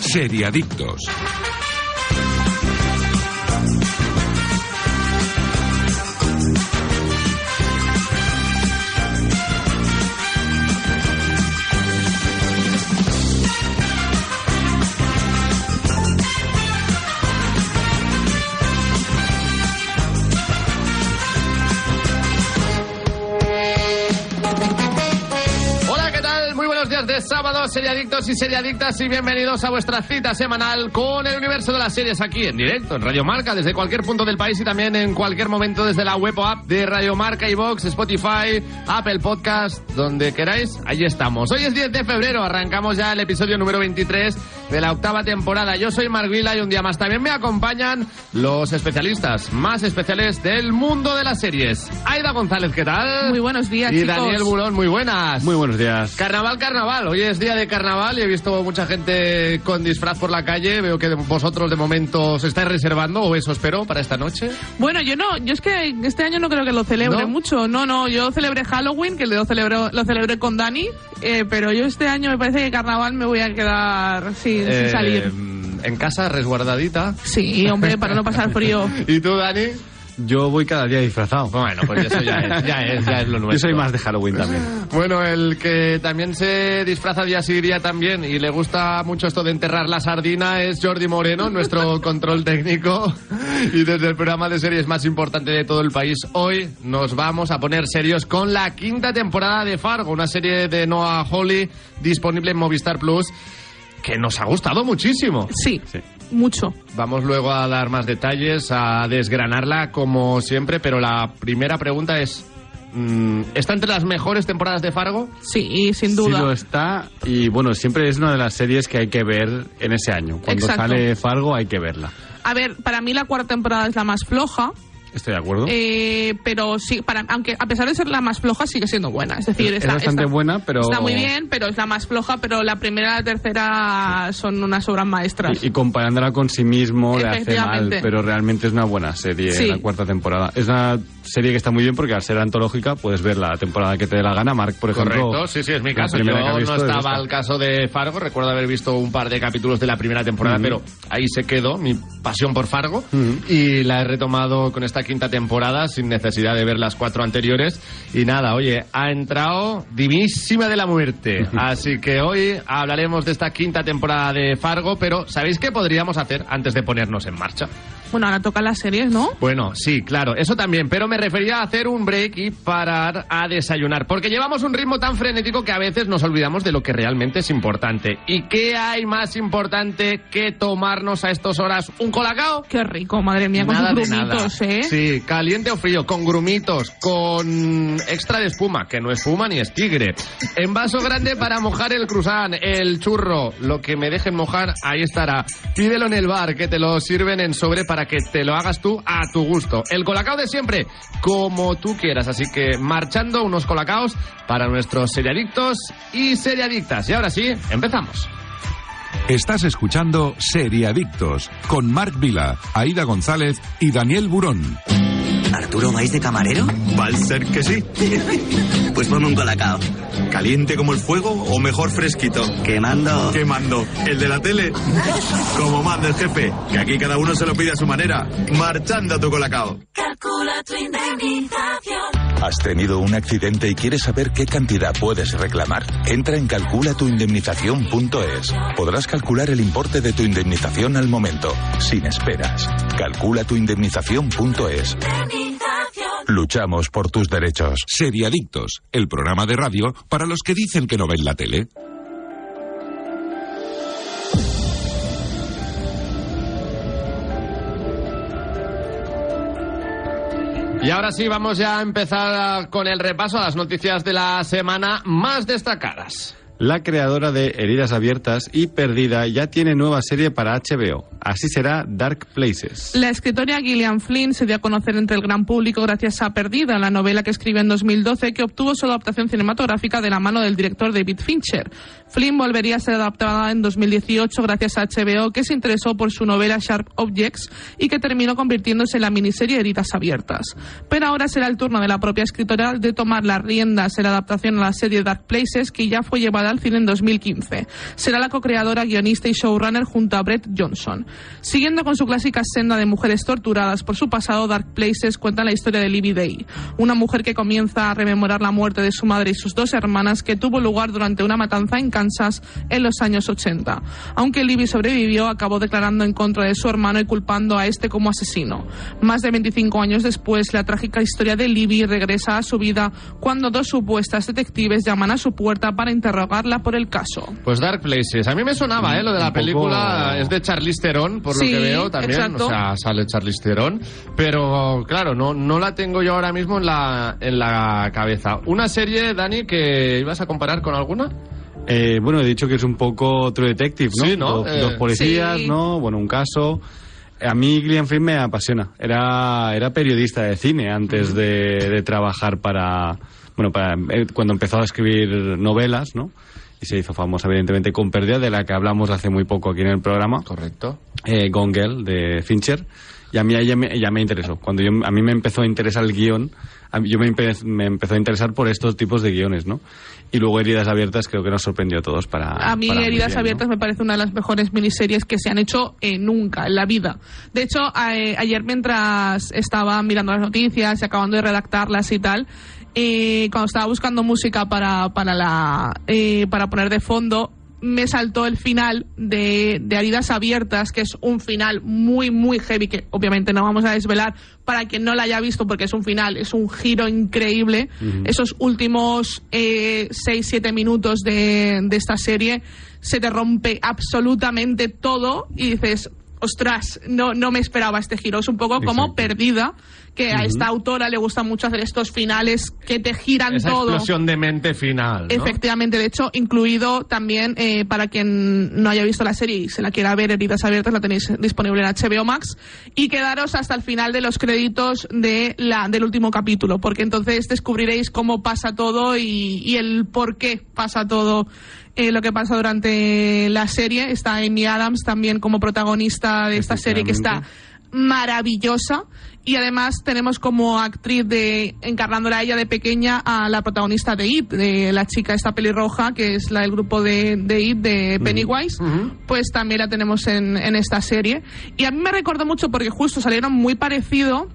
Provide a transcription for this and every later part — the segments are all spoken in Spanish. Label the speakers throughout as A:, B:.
A: Seriadictos.
B: Hola, ¿qué tal? Muy buenos días de sábado, seriadictos y seriadictas, y bienvenidos a vuestra cita semanal con el universo de las series aquí en directo, en Radio Marca, desde cualquier punto del país y también en cualquier momento desde la web o app de Radio Marca, iVox, Spotify, Apple Podcast, donde queráis, ahí estamos. Hoy es 10 de febrero, arrancamos ya el episodio número 23 de la octava temporada. Yo soy Marc Vila y un día más también me acompañan los especialistas más especiales del mundo de las series. Aida González, ¿qué tal?
C: Muy buenos días,
B: Y
C: chicos.
B: Daniel Burón, muy buenas.
D: Muy buenos días.
B: Carnaval, carnaval. Hoy es día de carnaval y he visto mucha gente con disfraz por la calle. Veo que de- vosotros de momento se estáis reservando, o eso espero, para esta noche.
C: Bueno, yo no, yo es que este año no creo que lo celebre
B: ¿No?
C: mucho. No, no, yo celebré Halloween, que lo celebré, lo celebré con Dani, eh, pero yo este año me parece que carnaval me voy a quedar sin, sin
B: Eh,
C: salir.
B: En casa, resguardadita.
C: Sí, hombre, para no pasar frío.
B: ¿Y tú, Dani?
D: Yo voy cada día disfrazado.
B: Bueno, pues eso ya es, ya es, ya es lo nuestro.
D: Yo soy más de Halloween
C: Ah,
D: también.
B: Bueno, el que también se disfraza día sí día también y le gusta mucho esto de enterrar la sardina es Jordi Moreno, nuestro control técnico. Y desde el programa de series más importante de todo el país, hoy nos vamos a poner serios con la quinta temporada de Fargo, una serie de Noah Hawley disponible en Movistar Plus que nos ha gustado muchísimo.
C: Sí,
D: Sí.
C: mucho.
B: Vamos luego a dar más detalles, a desgranarla como siempre, pero la primera pregunta es... mm, ¿Está entre las mejores temporadas de Fargo?
C: Sí, y sin
D: Sí lo
C: duda.
D: está y bueno, siempre es una de las series que hay que ver en ese año. Cuando
C: Exacto.
D: sale Fargo hay que verla.
C: a ver, para mí la cuarta temporada es la más floja.
D: Estoy de acuerdo.
C: Eh, pero sí, para, aunque a pesar de ser la más floja, sigue siendo buena. Es decir,
D: Es- es
C: está,
D: bastante
C: está-
D: buena, pero-
C: Está muy bien, pero es la más floja, pero la primera y la tercera son unas obras maestras.
D: y, y comparándola con sí mismo le hace mal,
C: Efectivamente.
D: pero realmente es una buena serie
C: Sí.
D: la cuarta temporada. Es una serie que está muy bien porque al ser antológica puedes ver la temporada que te dé la gana. Mark, por ejemplo.
B: Correcto, sí, sí, es mi
D: la
B: caso. Yo
D: primera que ha
B: no
D: visto es
B: estaba
D: esta.
B: al caso de Fargo, recuerdo haber visto un par de capítulos de la primera temporada,
D: Ujú.
B: pero ahí se quedó mi pasión por Fargo
D: Ujú.
B: y la he retomado con esta quinta temporada sin necesidad de ver las cuatro anteriores. Y nada, oye, ha entrado Divísima de la Muerte. Así que hoy hablaremos de esta quinta temporada de Fargo, pero ¿sabéis qué podríamos hacer antes de ponernos en marcha?
C: Bueno, ahora tocan las series, ¿no?
B: Bueno, sí, claro, eso también, pero me refería a hacer un break y parar a desayunar, porque llevamos un ritmo tan frenético que a veces nos olvidamos de lo que realmente es importante. ¿Y qué hay más importante que tomarnos a estas horas un colacao?
C: Qué rico, madre mía, con sus grumitos, ¿eh?
B: Sí, caliente o frío, con grumitos, con extra de espuma, que no es espuma ni es tigre. En vaso grande para mojar el cruzán, el churro, lo que me dejen mojar, ahí estará. Pídelo en el bar, que te lo sirven en sobre para que te lo hagas tú a tu gusto. El colacao de siempre, como tú quieras. Así que marchando unos colacaos para nuestros seriadictos y seriadictas. Y ahora sí, empezamos.
A: Estás escuchando Seriadictos con Marc Vila, Aida González y Daniel Burón.
E: ¿Arturo vais de camarero?
F: Va a ser que sí.
E: Pues ponme un colacao.
F: ¿Caliente como el fuego o mejor fresquito?
E: Quemando.
F: ¿Qué mando? ¿El de la tele? Como manda el jefe, que aquí cada uno se lo pide a su manera. Marchando a tu colacao.
G: Calcula tu indemnización.
H: ¿Has tenido un accidente y quieres saber qué cantidad puedes reclamar? Entra en calculatuindemnización.es. Podrás calcular el importe de tu indemnización al momento, sin esperas. Calculatuindemnización.es.
G: Indemnización.
H: Luchamos por tus derechos.
A: Seriadictos, el programa de radio para los que dicen que no ven la tele.
B: Y ahora sí, vamos ya a empezar con el repaso a las noticias de la semana más destacadas.
D: La creadora de Heridas Abiertas y Perdida ya tiene nueva serie para HBO. Así será Dark Places.
C: La escritora Gillian Flynn se dio a conocer entre el gran público gracias a Perdida, la novela que escribe en 2012 que obtuvo su adaptación cinematográfica de la mano del director David Fincher. Flynn volvería a ser adaptada en 2018 gracias a HBO que se interesó por su novela Sharp Objects y que terminó convirtiéndose en la miniserie Heridas Abiertas. Pero ahora será el turno de la propia escritora de tomar las riendas en la adaptación a la serie Dark Places que ya fue llevada al cine en 2015. Será la co-creadora, guionista y showrunner junto a Brett Johnson. Siguiendo con su clásica senda de mujeres torturadas por su pasado, Dark Places cuenta la historia de Libby Day, una mujer que comienza a rememorar la muerte de su madre y sus dos hermanas que tuvo lugar durante una matanza en Kansas en los años 80. Aunque Libby sobrevivió, acabó declarando en contra de su hermano y culpando a este como asesino. Más de 25 años después, la trágica historia de Libby regresa a su vida cuando dos supuestas detectives llaman a su puerta para interrogarla por el caso.
B: Pues Dark Places. A mí me sonaba, ¿eh? Lo de la
D: Un poco-
B: película es de Charlize Theron, por
C: Sí,
B: lo que veo también.
C: exacto.
B: O sea, sale Charlize Theron. Pero, claro, no, no la tengo yo ahora mismo en la, en la cabeza. ¿Una serie, Dani, que ibas a comparar con alguna?
D: Eh, bueno, he dicho que es un poco True Detective, ¿no?
B: Sí, ¿no?
D: Dos,
B: Eh,
D: dos policías,
C: Sí.
D: ¿no? Bueno, un caso. A mí Gillian Flynn me apasiona. Era, era periodista de cine antes de, de trabajar para... Bueno, para, eh, cuando empezó a escribir novelas, ¿no? Y se hizo famosa, evidentemente, con Perdida, de la que hablamos hace muy poco aquí en el programa
B: Correcto.
D: eh, Gone Girl, de Fincher y a mí ella me, ella me interesó. Cuando yo, a mí me empezó a interesar el guión, a mí- yo me, empe- me empezó a interesar por estos tipos de guiones, ¿no? Y luego Heridas Abiertas creo que nos sorprendió a todos para...
C: A mí
D: para muy
C: Heridas
D: bien, ¿no?
C: Abiertas me parece una de las mejores miniseries que se han hecho eh, nunca en la vida. De hecho, a- eh, ayer mientras estaba mirando las noticias y acabando de redactarlas y tal, eh, cuando estaba buscando música para, para, la, eh, para poner de fondo, me saltó el final de, de Heridas Abiertas, que es un final muy, muy heavy, que obviamente no vamos a desvelar para quien no la haya visto, porque es un final, es un giro increíble. Esos últimos 6-7 minutos de, de esta serie se te rompe absolutamente todo y dices, ostras, no, no me esperaba este giro. Es un poco como
D: Exacto.
C: perdida, que a esta autora le gusta mucho hacer estos finales que te giran
B: Esa
C: todo.
B: explosión de mente final. ¿no?
C: Efectivamente, de hecho, incluido también eh, para quien no haya visto la serie y se la quiera ver, Heridas Abiertas, la tenéis disponible en HBO Max. Y quedaros hasta el final de los créditos de la, del último capítulo, porque entonces descubriréis cómo pasa todo y, y el por qué pasa todo eh, lo que pasa durante la serie. Está Amy Adams también como protagonista de esta serie que está maravillosa y además tenemos como actriz de encarnándola a ella de pequeña a la protagonista de It, de la chica esta pelirroja que es la del grupo de, de It de Pennywise, pues también la tenemos en, en esta serie y a mí me recordó mucho porque justo salieron muy parecido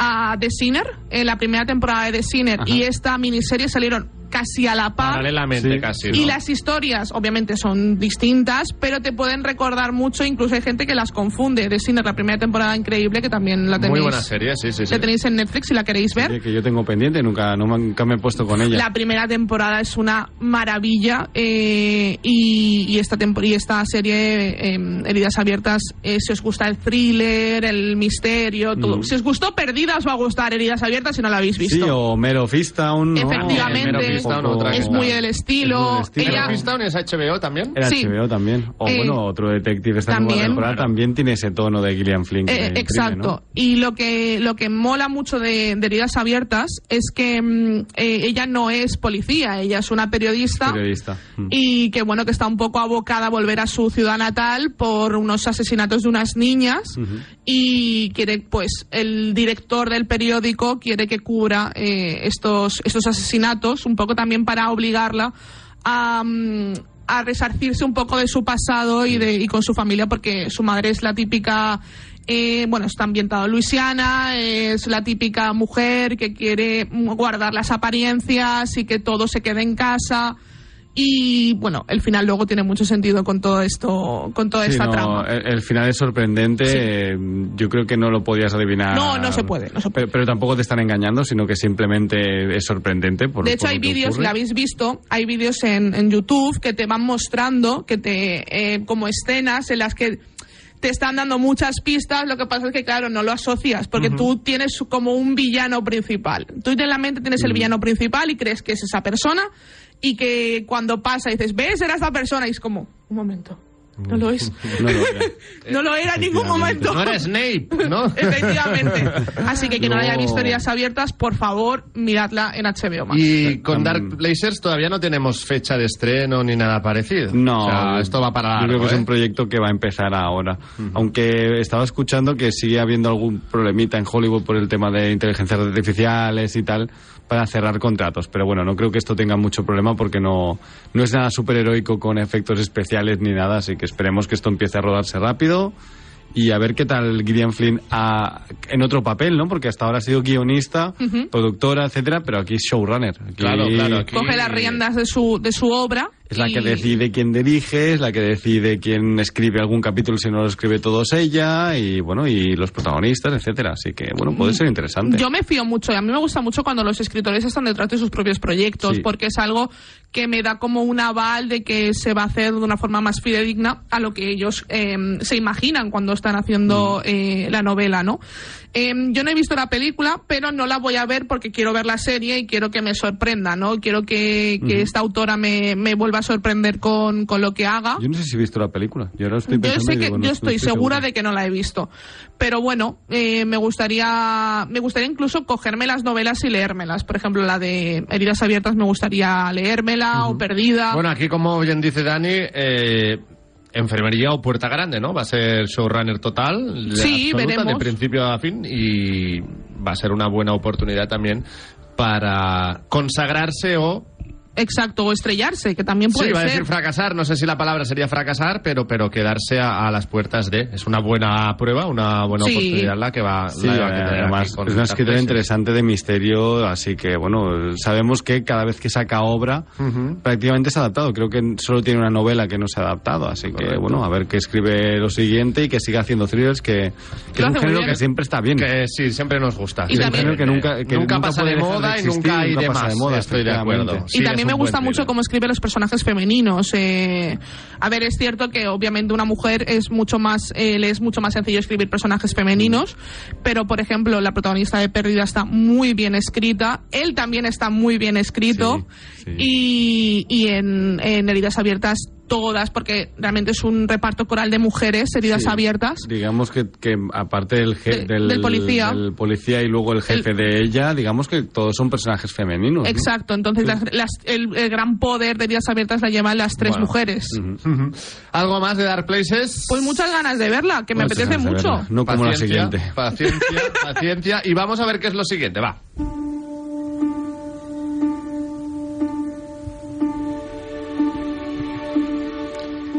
C: a The Sinner, en la primera temporada de The Sinner y esta miniserie salieron casi a la par
B: Paralelamente
D: Sí.
B: casi.
C: y
B: ¿no?
C: las historias, obviamente, son distintas, pero te pueden recordar mucho. Incluso hay gente que las confunde. De Sinner, la primera temporada increíble, que también la tenéis,
B: Muy buena serie, sí, sí, sí.
C: la tenéis en Netflix si la queréis ver.
D: Oye, Que yo tengo pendiente, nunca, no me- nunca me he puesto con ella.
C: La primera temporada es una maravilla eh, y, y esta tempor- y esta serie, eh, Heridas Abiertas, eh, si os gusta el thriller, el misterio, todo. Si os gustó Perdida, os va a gustar Heridas Abiertas si no la habéis
D: Sí,
C: visto.
D: o Mero Fistown. ¿no?
C: Efectivamente.
D: Un
C: Mero Fistown,
D: poco-
B: otra que
C: es muy el estilo.
D: Es muy el estilo.
C: Ella-
B: Mero Fistown es HBO también.
D: Era
C: Sí.
D: HBO también. O
C: Eh,
D: bueno, otro detective esta nueva
C: también.
D: temporada también tiene ese tono de Gillian Flynn. que
C: Eh,
D: imprime,
C: exacto.
D: ¿no?
C: Y lo que, lo que mola mucho de, de Heridas Abiertas es que mm, eh, ella no es policía, ella es una periodista.
D: Periodista. Mm.
C: Y que bueno, que está un poco abocada a volver a su ciudad natal por unos asesinatos de unas niñas. Y quiere, pues, el director del periódico quiere que cubra eh, estos, estos asesinatos, un poco también para obligarla a. mm, a resarcirse un poco de su pasado y, de, y con su familia, porque su madre es la típica eh, bueno, está ambientado en Luisiana, es la típica mujer que quiere mm, guardar las apariencias y que todo se quede en casa. Y bueno, el final luego tiene mucho sentido con todo esto, con toda
D: Sí,
C: esta
D: no,
C: trama.
D: El, el final es sorprendente.
C: Sí.
D: eh, Yo creo que no lo podías adivinar.
C: No, no se puede, no se puede.
D: Pero, pero tampoco te están engañando, sino que simplemente es sorprendente. Por,
C: de hecho,
D: por lo
C: hay
D: que
C: vídeos, si
D: ocurre.
C: la habéis visto, hay vídeos en, en YouTube que te van mostrando que te eh, como escenas en las que te están dando muchas pistas, lo que pasa es que, claro, no lo asocias, porque tú tienes como un villano principal. Tú en la mente
B: Mm.
C: tienes el villano principal y crees que es esa persona, y que cuando pasa dices, ¿ves? Era esa persona, y es como, un momento. No lo es.
D: No lo era.
C: No lo era en ningún momento.
B: No era Snape, ¿no?
C: Efectivamente. Así que quien no,
B: No.
C: haya visto Heridas Abiertas, por favor, miradla en HBO Max.
B: Y
D: Mm.
B: con Dark Blazers todavía no tenemos fecha de estreno ni nada parecido.
D: No,
B: O sea, esto va para
D: Yo creo
B: largo,
D: que es
B: ¿eh?
D: un proyecto que va a empezar ahora. Aunque estaba escuchando que sigue habiendo algún problemita en Hollywood por el tema de inteligencias artificiales y tal para cerrar contratos. Pero bueno, no creo que esto tenga mucho problema porque no, no es nada superheroico con efectos especiales ni nada. Así que esperemos que esto empiece a rodarse rápido. Y a ver qué tal Gillian Flynn ha- en otro papel, ¿no? Porque hasta ahora ha sido guionista, productora, etcétera, pero aquí es showrunner. Aquí
B: Claro, claro, aquí-
C: Coge las riendas de su, de su obra.
D: es la
C: y-
D: que decide quién dirige, es la que decide quién escribe algún capítulo si no lo escribe todos ella y bueno, y los protagonistas, etcétera. Así que bueno, puede ser interesante.
C: Mm, Yo me fío mucho y a mí me gusta mucho cuando los escritores están detrás de sus propios proyectos
D: Sí.
C: porque es algo que me da como un aval de que se va a hacer de una forma más fidedigna a lo que ellos eh, se imaginan cuando están
D: Mm.
C: haciendo eh, la novela, ¿no? Eh, yo no he visto la película, pero no la voy a ver porque quiero ver la serie y quiero que me sorprenda, ¿no? Quiero que, que esta autora me, me vuelva a sorprender con, con lo que haga.
D: Yo no sé si he visto la película. Yo ahora estoy
C: Yo,
D: pensando
C: sé
D: y
C: que,
D: digo, no
C: yo estoy, segura de que no la he visto. Pero bueno, eh, me gustaría me gustaría incluso cogerme las novelas y leérmelas. Por ejemplo, la de Heridas Abiertas me gustaría leérmela o Perdida.
B: Bueno, aquí como bien dice Dani, eh, enfermería o puerta grande, ¿no? Va a ser showrunner total, de
C: Sí,
B: absoluta,
C: veremos.
B: de principio a fin y va a ser una buena oportunidad también para consagrarse o
C: Exacto, o Estrellarse, que también
B: sí,
C: puede
B: iba a
C: ser.
B: decir fracasar, no sé si la palabra sería fracasar, pero pero quedarse a, a las puertas de es una buena prueba, una buena
C: Sí.
B: oportunidad la que va,
D: Sí, eh,
B: la que va a tener aquí
D: además,
B: con
D: es una
B: Dark
D: escritora
B: Places.
D: interesante de misterio, así que bueno, sabemos que cada vez que saca obra
B: Ujú.
D: prácticamente se ha adaptado. Creo que solo tiene una novela que no se ha adaptado, así que
B: Correcto.
D: bueno, a ver qué escribe lo siguiente y que siga haciendo thrillers, que, que
C: Lo
D: es un
C: hace muy
D: género
C: bien. ¿eh?
D: que siempre está bien.
B: Que sí, siempre nos gusta.
C: Y
B: Sí,
C: también-
B: creo
D: que nunca- que nunca
B: pasa
D: puede
B: de
D: dejar de
B: moda y
D: existir,
B: nunca hay
D: nunca
B: de
D: pasa
B: más.
D: de moda,
B: Estoy de
D: efectivamente.
B: acuerdo.
D: Y
B: Sí,
C: y
B: es
C: también me
B: un
C: gusta
B: buen
C: mucho
B: thriller.
C: cómo escribe los personajes femeninos. eh. A ver, es cierto que obviamente una mujer es mucho más, eh, le es mucho más sencillo escribir personajes femeninos, pero por ejemplo la protagonista de Pérdida está muy bien escrita, él también está muy bien escrito
D: Sí, sí.
C: y, y en, en Heridas Abiertas todas, porque realmente es un reparto coral de mujeres, Heridas
D: Sí.
C: Abiertas.
D: Digamos que, que aparte del, je-
C: De-
D: del,
C: del policía.
D: del policía y luego el jefe
C: El-
D: de ella, digamos que todos son personajes femeninos. ¿no?
C: Exacto, entonces las- las- el, el gran poder de Heridas Abiertas la llevan las tres
B: Bueno.
C: mujeres.
B: Ujú. ¿Algo más de Dark Places?
C: Pues muchas ganas de verla, que me
D: Bueno,
C: apetece
D: sí, sí,
C: mucho.
D: verdad. No como la
B: Paciencia,
D: siguiente.
B: Paciencia, paciencia. Y vamos a ver qué es lo siguiente, va.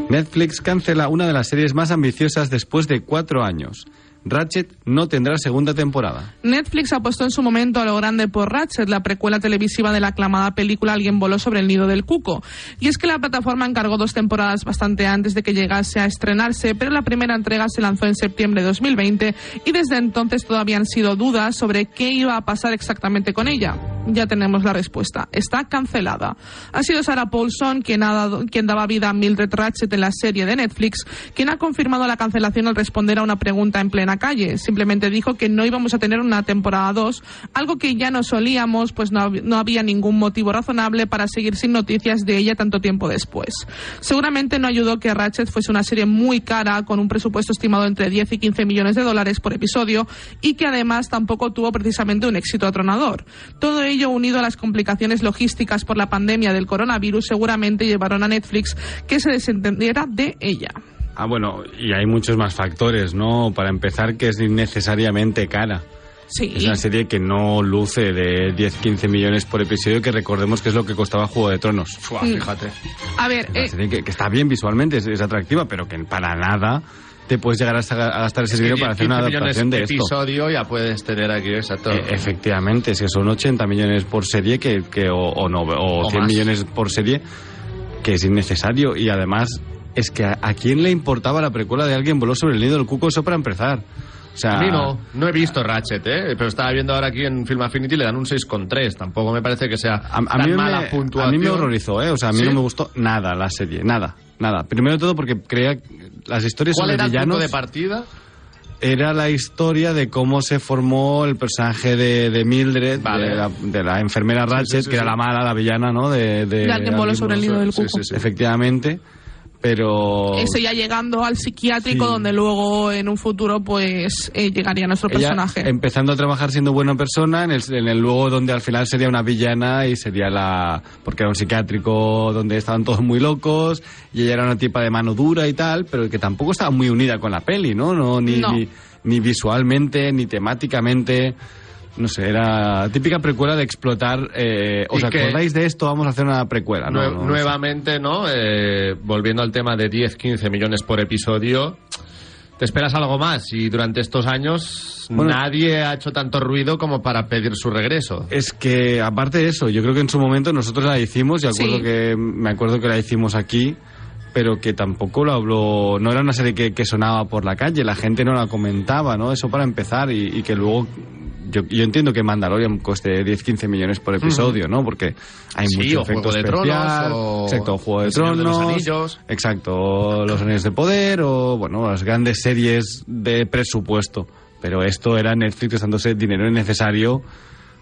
D: Netflix cancela una de las series más ambiciosas después de cuatro años. Ratchet no tendrá segunda temporada.
C: Netflix apostó en su momento a lo grande por Ratchet, la precuela televisiva de la aclamada película Alguien voló sobre el nido del cuco. Y es que la plataforma encargó dos temporadas bastante antes de que llegase a estrenarse, pero la primera entrega se lanzó en septiembre de 2020 y desde entonces todavía han sido dudas sobre qué iba a pasar exactamente con ella. Ya tenemos la respuesta. Está cancelada. Ha sido Sarah Paulson quien, ha dado- quien daba vida a Mildred Ratchet en la serie de Netflix, quien ha confirmado la cancelación al responder a una pregunta en plena calle. Simplemente dijo que no íbamos a tener una temporada 2, algo que ya no solíamos, pues no, hab- no había ningún motivo razonable para seguir sin noticias de ella tanto tiempo después. Seguramente no ayudó que Ratchet fuese una serie muy cara, con un presupuesto estimado entre 10 y 15 millones de dólares por episodio, y que además tampoco tuvo precisamente un éxito atronador. Todo ello unido a las complicaciones logísticas por la pandemia del coronavirus seguramente llevaron a Netflix que se desentendiera de ella.
D: Ah, bueno, y hay muchos más factores, ¿no? Para empezar, que es innecesariamente cara.
C: Sí.
D: Es una serie que no luce de 10-15 millones por episodio, que recordemos que es lo que costaba Juego de Tronos.
B: Fua, fíjate.
C: A ver,
D: Mm. Es una
C: eh,
D: serie que, que está bien visualmente, es, es atractiva, pero que para nada te puedes llegar a, sa- a gastar ese dinero para hacer una
B: 15 millones
D: adaptación de esto.
B: episodio ya puedes tener aquí, exacto.
D: E- efectivamente, es que son 80 millones por serie que, que o, o no, o,
B: O
D: 100
B: más.
D: millones por serie, que es innecesario. Y además, es que a, a quién le importaba la precuela de alguien voló sobre el nido del cuco, eso para empezar. O sea,
B: A mí no, no he visto Ratchet, ¿eh? pero estaba viendo ahora aquí en Film Affinity le dan un 6,3. Tampoco me parece que sea
D: A, a
B: tan
D: mí
B: mala
D: me,
B: puntuación.
D: a mí me horrorizó, ¿eh? O sea, a mí
B: ¿Sí?
D: no me gustó nada la serie, nada, nada. Primero de todo porque creía que las historias
B: ¿Cuál
D: sobre
B: era el punto
D: villanos...
B: de partida?
D: era la historia de cómo se formó el personaje de, de Mildred,
B: Vale.
D: de, la, de la enfermera Ratchet,
B: sí,
D: que era
B: sí.
D: la mala, la villana, ¿no? De, de,
C: De alguien voló sobre el nido del
D: sí,
C: cuco.
D: sí, sí. Efectivamente. Pero
C: Eso ya llegando al psiquiátrico,
D: Sí.
C: donde luego en un futuro pues eh, llegaría nuestro
D: ella, em
C: personaje.
D: empezando a trabajar siendo buena persona, en el, en el luego donde al final sería una villana y sería la... porque era un psiquiátrico donde estaban todos muy locos y ella era una tipa de mano dura y tal, pero que tampoco estaba muy unida con la peli, ¿no? No, ni,
C: No.
D: Ni, ni visualmente, ni temáticamente. No sé, era típica precuela de explotar... eh, ¿Os
B: Y que-
D: acordáis de esto? Vamos a hacer una precuela, Ah, ¿no?
B: Nue-
D: No, no sé.
B: nuevamente, ¿no? Eh, volviendo al tema de 10, 15 millones por episodio, te esperas algo más y durante estos años
D: Bueno.
B: nadie ha hecho tanto ruido como para pedir su regreso.
D: Es que, aparte de eso, yo creo que en su momento nosotros la hicimos, y acuerdo
C: Sí.
D: que, me acuerdo que la hicimos aquí, pero que tampoco lo habló, no era una serie que, que sonaba por la calle, la gente no la comentaba, ¿no? Eso para empezar, y, y que luego... Yo, yo entiendo que Mandalorian coste 10-15 millones por episodio, ¿no? Porque hay
B: Sí,
D: mucho
B: o Juego
D: efecto
B: de Tronos,
D: especial,
B: o
D: exacto, o Juego de
B: El Señor de los
D: Tronos,
B: Anillos.
D: exacto, o Los Anillos de Poder, o bueno, las grandes series de presupuesto. Pero esto era Netflix gastándose dinero innecesario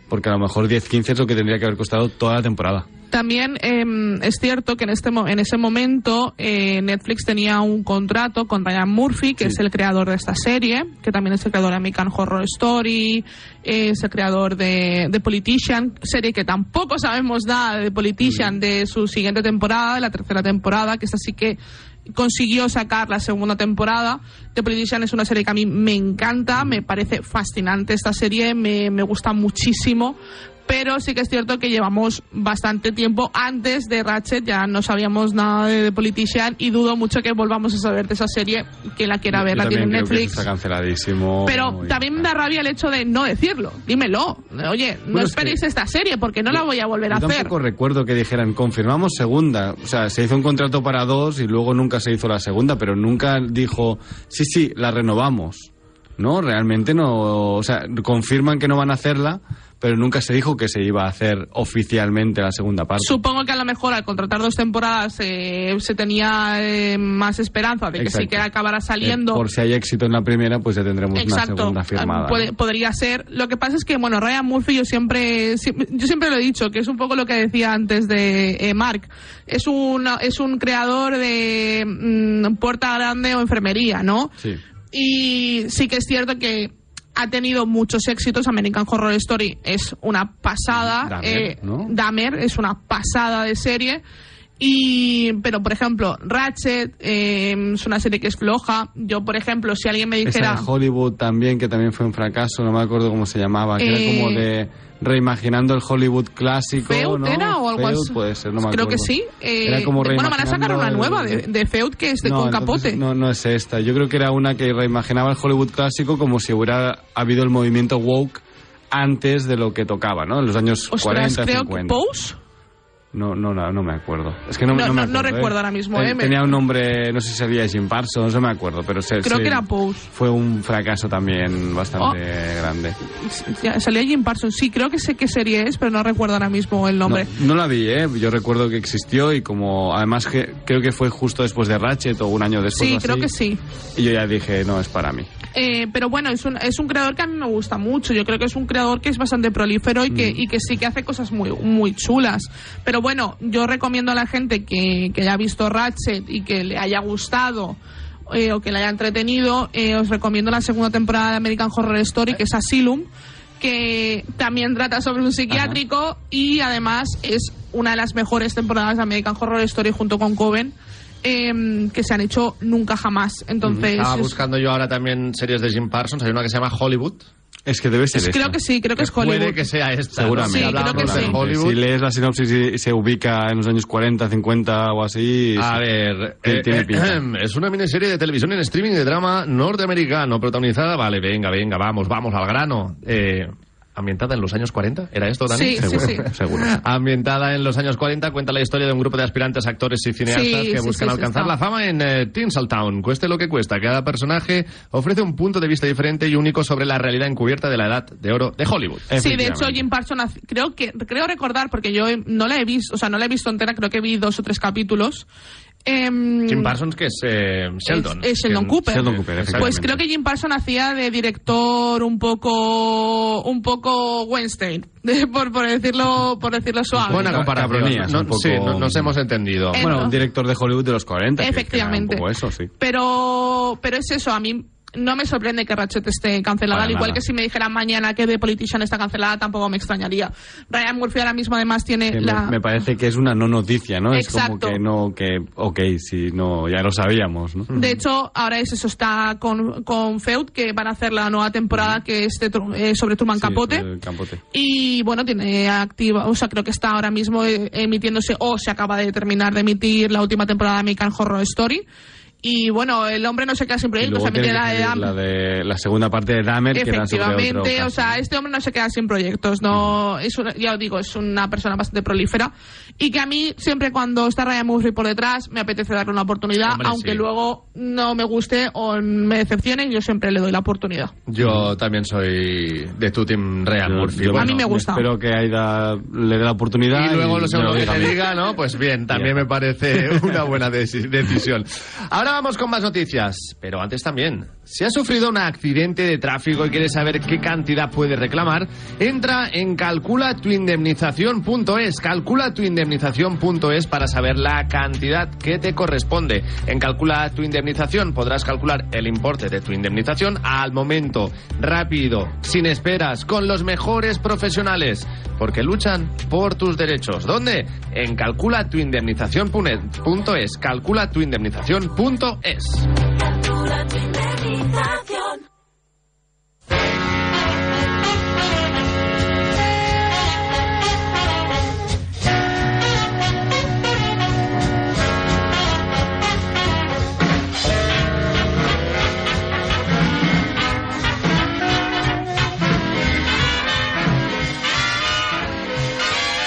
D: porque a lo mejor 10-15 es lo que tendría que haber costado toda la temporada.
C: También eh, es cierto que en, este, mo- en ese momento eh, Netflix tenía un contrato con Ryan Murphy, que es el creador de esta serie, que también es el creador de American Horror Story, eh, es el creador de, de Politician, serie que tampoco sabemos nada de Politician, de su siguiente temporada, de la tercera temporada, que es así que consiguió sacar la segunda temporada. The Politician es una serie que a mí me encanta, me parece fascinante esta serie, me, me gusta muchísimo. Pero sí que es cierto que llevamos bastante tiempo antes de Ratchet, ya no sabíamos nada de The Politician y dudo mucho que volvamos a saber de esa serie. Quien la quiera ver,
D: Yo
C: la tiene en
D: también creo que
C: Netflix.
D: Está canceladísimo.
C: Pero
D: y-
C: también me da rabia el hecho de no decirlo. Dímelo. Oye, no
D: Bueno, es que-
C: esperéis esta serie porque no la voy a volver a
D: Yo
C: hacer.
D: tampoco recuerdo que dijeran, confirmamos segunda. O sea, se hizo un contrato para dos y luego nunca se hizo la segunda, pero nunca dijo, sí, sí, la renovamos. No, realmente no. O sea, confirman que no van a hacerla, pero nunca se dijo que se iba a hacer oficialmente la segunda parte.
C: Supongo que a lo mejor al contratar dos temporadas eh, se tenía eh, más esperanza de que sí
D: Exacto.
C: que acabara saliendo.
D: Eh, por si hay éxito en la primera, pues ya tendremos una
C: Exacto, Ah,
D: segunda firmada.
C: Puede- podría ser. Lo que pasa es que, bueno, Ryan Murphy yo siempre, siempre- yo siempre lo he dicho, que es un poco lo que decía antes de eh, Mark. Es un, es un creador de mm, puerta grande o enfermería, ¿no?
D: Sí.
C: Y sí que es cierto que ha tenido muchos éxitos. American Horror Story es una pasada.
D: Dahmer,
C: eh,
D: ¿no?
C: Dahmer es una pasada de serie. Y, pero por ejemplo, Ratchet eh, es una serie que es floja. Yo, por ejemplo, si alguien me
D: Esa
C: dijera.
D: de Hollywood también, que también fue un fracaso, no me acuerdo cómo se llamaba, que
C: Eh,
D: era como de reimaginando el Hollywood clásico,
C: Feud
D: ¿no?
C: era o algo
D: Feud
C: así.
D: puede ser, no me
C: Creo que
D: acuerdo.
C: sí. eh,
D: Era como
C: de- bueno, van a sacar
D: reimaginando
C: una nueva de,
D: el-
C: de Feud que es de con
D: entonces
C: capote.
D: No, no es esta. Yo creo que era una que reimaginaba el Hollywood clásico como si hubiera habido el movimiento woke antes de lo que tocaba, ¿no? En los años
C: Ostras,
D: 40,
C: creo
D: 50.
C: que Pose.
D: No, no, no, no me acuerdo. Es que no, me-
C: No,
D: no
C: no-
D: me
C: no
D: acuerdo,
C: recuerdo
D: ¿eh?
C: ahora mismo,
D: Ten-
C: ¿eh? Me-
D: Tenía un nombre, no sé si sería Jim Parsons, no me acuerdo, pero se-
C: Creo
D: se-
C: que era Pose.
D: Fue un fracaso también bastante
C: Oh.
D: grande.
C: Ya, Salía Jim Parsons. Sí, creo que sé qué serie es, pero no recuerdo ahora mismo el nombre.
D: No, no la vi, ¿eh? Yo recuerdo que existió y como... Además, que, creo que fue justo después de Ratchet o un año después.
C: sí,
D: o así,
C: creo que sí.
D: Y yo ya dije, no, es para mí.
C: Eh, pero bueno, es un, es un creador que a mí me gusta mucho. Yo creo que es un creador que es bastante prolífero y que, y que sí que hace cosas muy, muy chulas. Pero bueno, yo recomiendo a la gente que, que haya visto Ratchet y que le haya gustado eh, o que le haya entretenido, eh, os recomiendo la segunda temporada de American Horror Story, que es Asylum, que también trata sobre un psiquiátrico y además es una de las mejores temporadas de American Horror Story junto con Coven. em, que se han hecho nunca jamás. Entonces,
B: Estaba
C: Pues es-
B: buscando yo ahora también series de Jim Parsons. Hay una que se llama Hollywood.
D: Es que debe ser
C: Pues creo
D: esta.
C: que sí, creo que es
B: Puede
C: Hollywood.
B: que sea esta. ¿no?
D: Seguramente.
C: Sí, creo que
B: Hablamos de
C: sí.
B: Hollywood.
D: Si lees la sinopsis y se ubica en los años 40, 50 o así...
B: A
D: sí.
B: ver,
D: Tiene-
B: eh,
D: tiene
B: eh,
D: pinta.
B: es una miniserie de televisión en streaming de drama norteamericano, protagonizada, vale, venga, venga, vamos, vamos al grano. Eh, ambientada en los años 40, ¿era esto, Dani?
C: Sí, sí,
B: Seguro.
C: sí.
D: Seguro.
B: Ambientada en los años 40, cuenta la historia de un grupo de aspirantes actores y cineastas
C: Sí,
B: que
C: sí,
B: buscan
C: sí, sí,
B: alcanzar
C: está.
B: la fama en eh, Tinseltown. Cueste lo que cuesta, cada personaje ofrece un punto de vista diferente y único sobre la realidad encubierta de la edad de oro de Hollywood.
C: Sí, de hecho
D: Efectivamente.
C: Jim Parsons hace- creo que creo recordar porque yo eh, no la he visto, o sea, no la he visto entera, creo que vi dos o tres capítulos. Em,
B: Jim Parsons, que es eh, Sheldon.
C: Es- es Sheldon
B: Que-
C: Cooper.
D: Sheldon Cooper,
C: Pues
D: Exactamente.
C: creo que Jim Parsons hacía de director un poco un poco Weinstein, de- por, por decirlo por decirlo suave.
B: Buena
D: Ca-
B: comparación.
D: cabronías,
B: No-
D: un poco-
B: Sí, no- nos hemos entendido.
C: Eh,
D: Bueno,
C: no.
D: un director de Hollywood de los 40. que- que era
C: Efectivamente. Eh,
D: un poco eso, sí.
C: Pero pero es eso, a mí no me sorprende que Ratchet esté cancelada,
D: Para
C: al igual
D: nada.
C: que si me dijeran mañana que The Politician está cancelada, tampoco me extrañaría. Ryan Murphy ahora mismo además tiene
D: Que me-
C: la
D: me, parece que es una no noticia, ¿no? Es
C: Exacto.
D: como que no, que, ok, si no, ya lo sabíamos, ¿no?
C: De hecho, ahora es eso, está con, con Feud, que van a hacer la nueva temporada que es de Tru- eh, sobre Truman
D: Sí,
C: Capote.
D: sobre el Capote.
C: Y bueno, tiene activa, o sea, creo que está ahora mismo eh, emitiéndose o se acaba de terminar de emitir la última temporada de American Horror Story. Y bueno, el hombre no se queda sin
D: Y
C: proyectos,
D: luego
C: también
D: tiene
C: tiene la de
D: que salir la
C: Dahmer.
D: de la segunda parte de Dahmer, que era sobre Mm. otro
C: Efectivamente, o
D: caso.
C: sea, este hombre no se queda sin proyectos, no es una- ya os digo, es una persona bastante prolífera y que a mí siempre cuando está Ryan Murphy por detrás me apetece darle una oportunidad,
B: Hombre,
C: aunque
B: sí.
C: luego no me guste o me decepcione, yo siempre le doy la oportunidad.
B: Yo también soy de tu team Real
D: Yo-
B: Murphy.
D: yo-
C: A mí me gusta.
D: Espero que Aida le dé la oportunidad.
B: Y luego lo segundo
D: me
B: que
D: diga a
B: te
D: mí.
B: diga, ¿no? Pues bien, también me parece una buena deci- decisión. Ahora vamos con más noticias, pero antes también. Si has sufrido un accidente de tráfico y quieres saber qué cantidad puedes reclamar, entra en calculatuindemnización.es, calculatuindemnización.es para saber la cantidad que te corresponde. En Calcula tu indemnización podrás calcular el importe de tu indemnización al momento, rápido, sin esperas, con los mejores profesionales, porque luchan por tus derechos. ¿Dónde? En calculatuindemnización.es, calculatuindemnización.es.
G: calcula tu indemnización.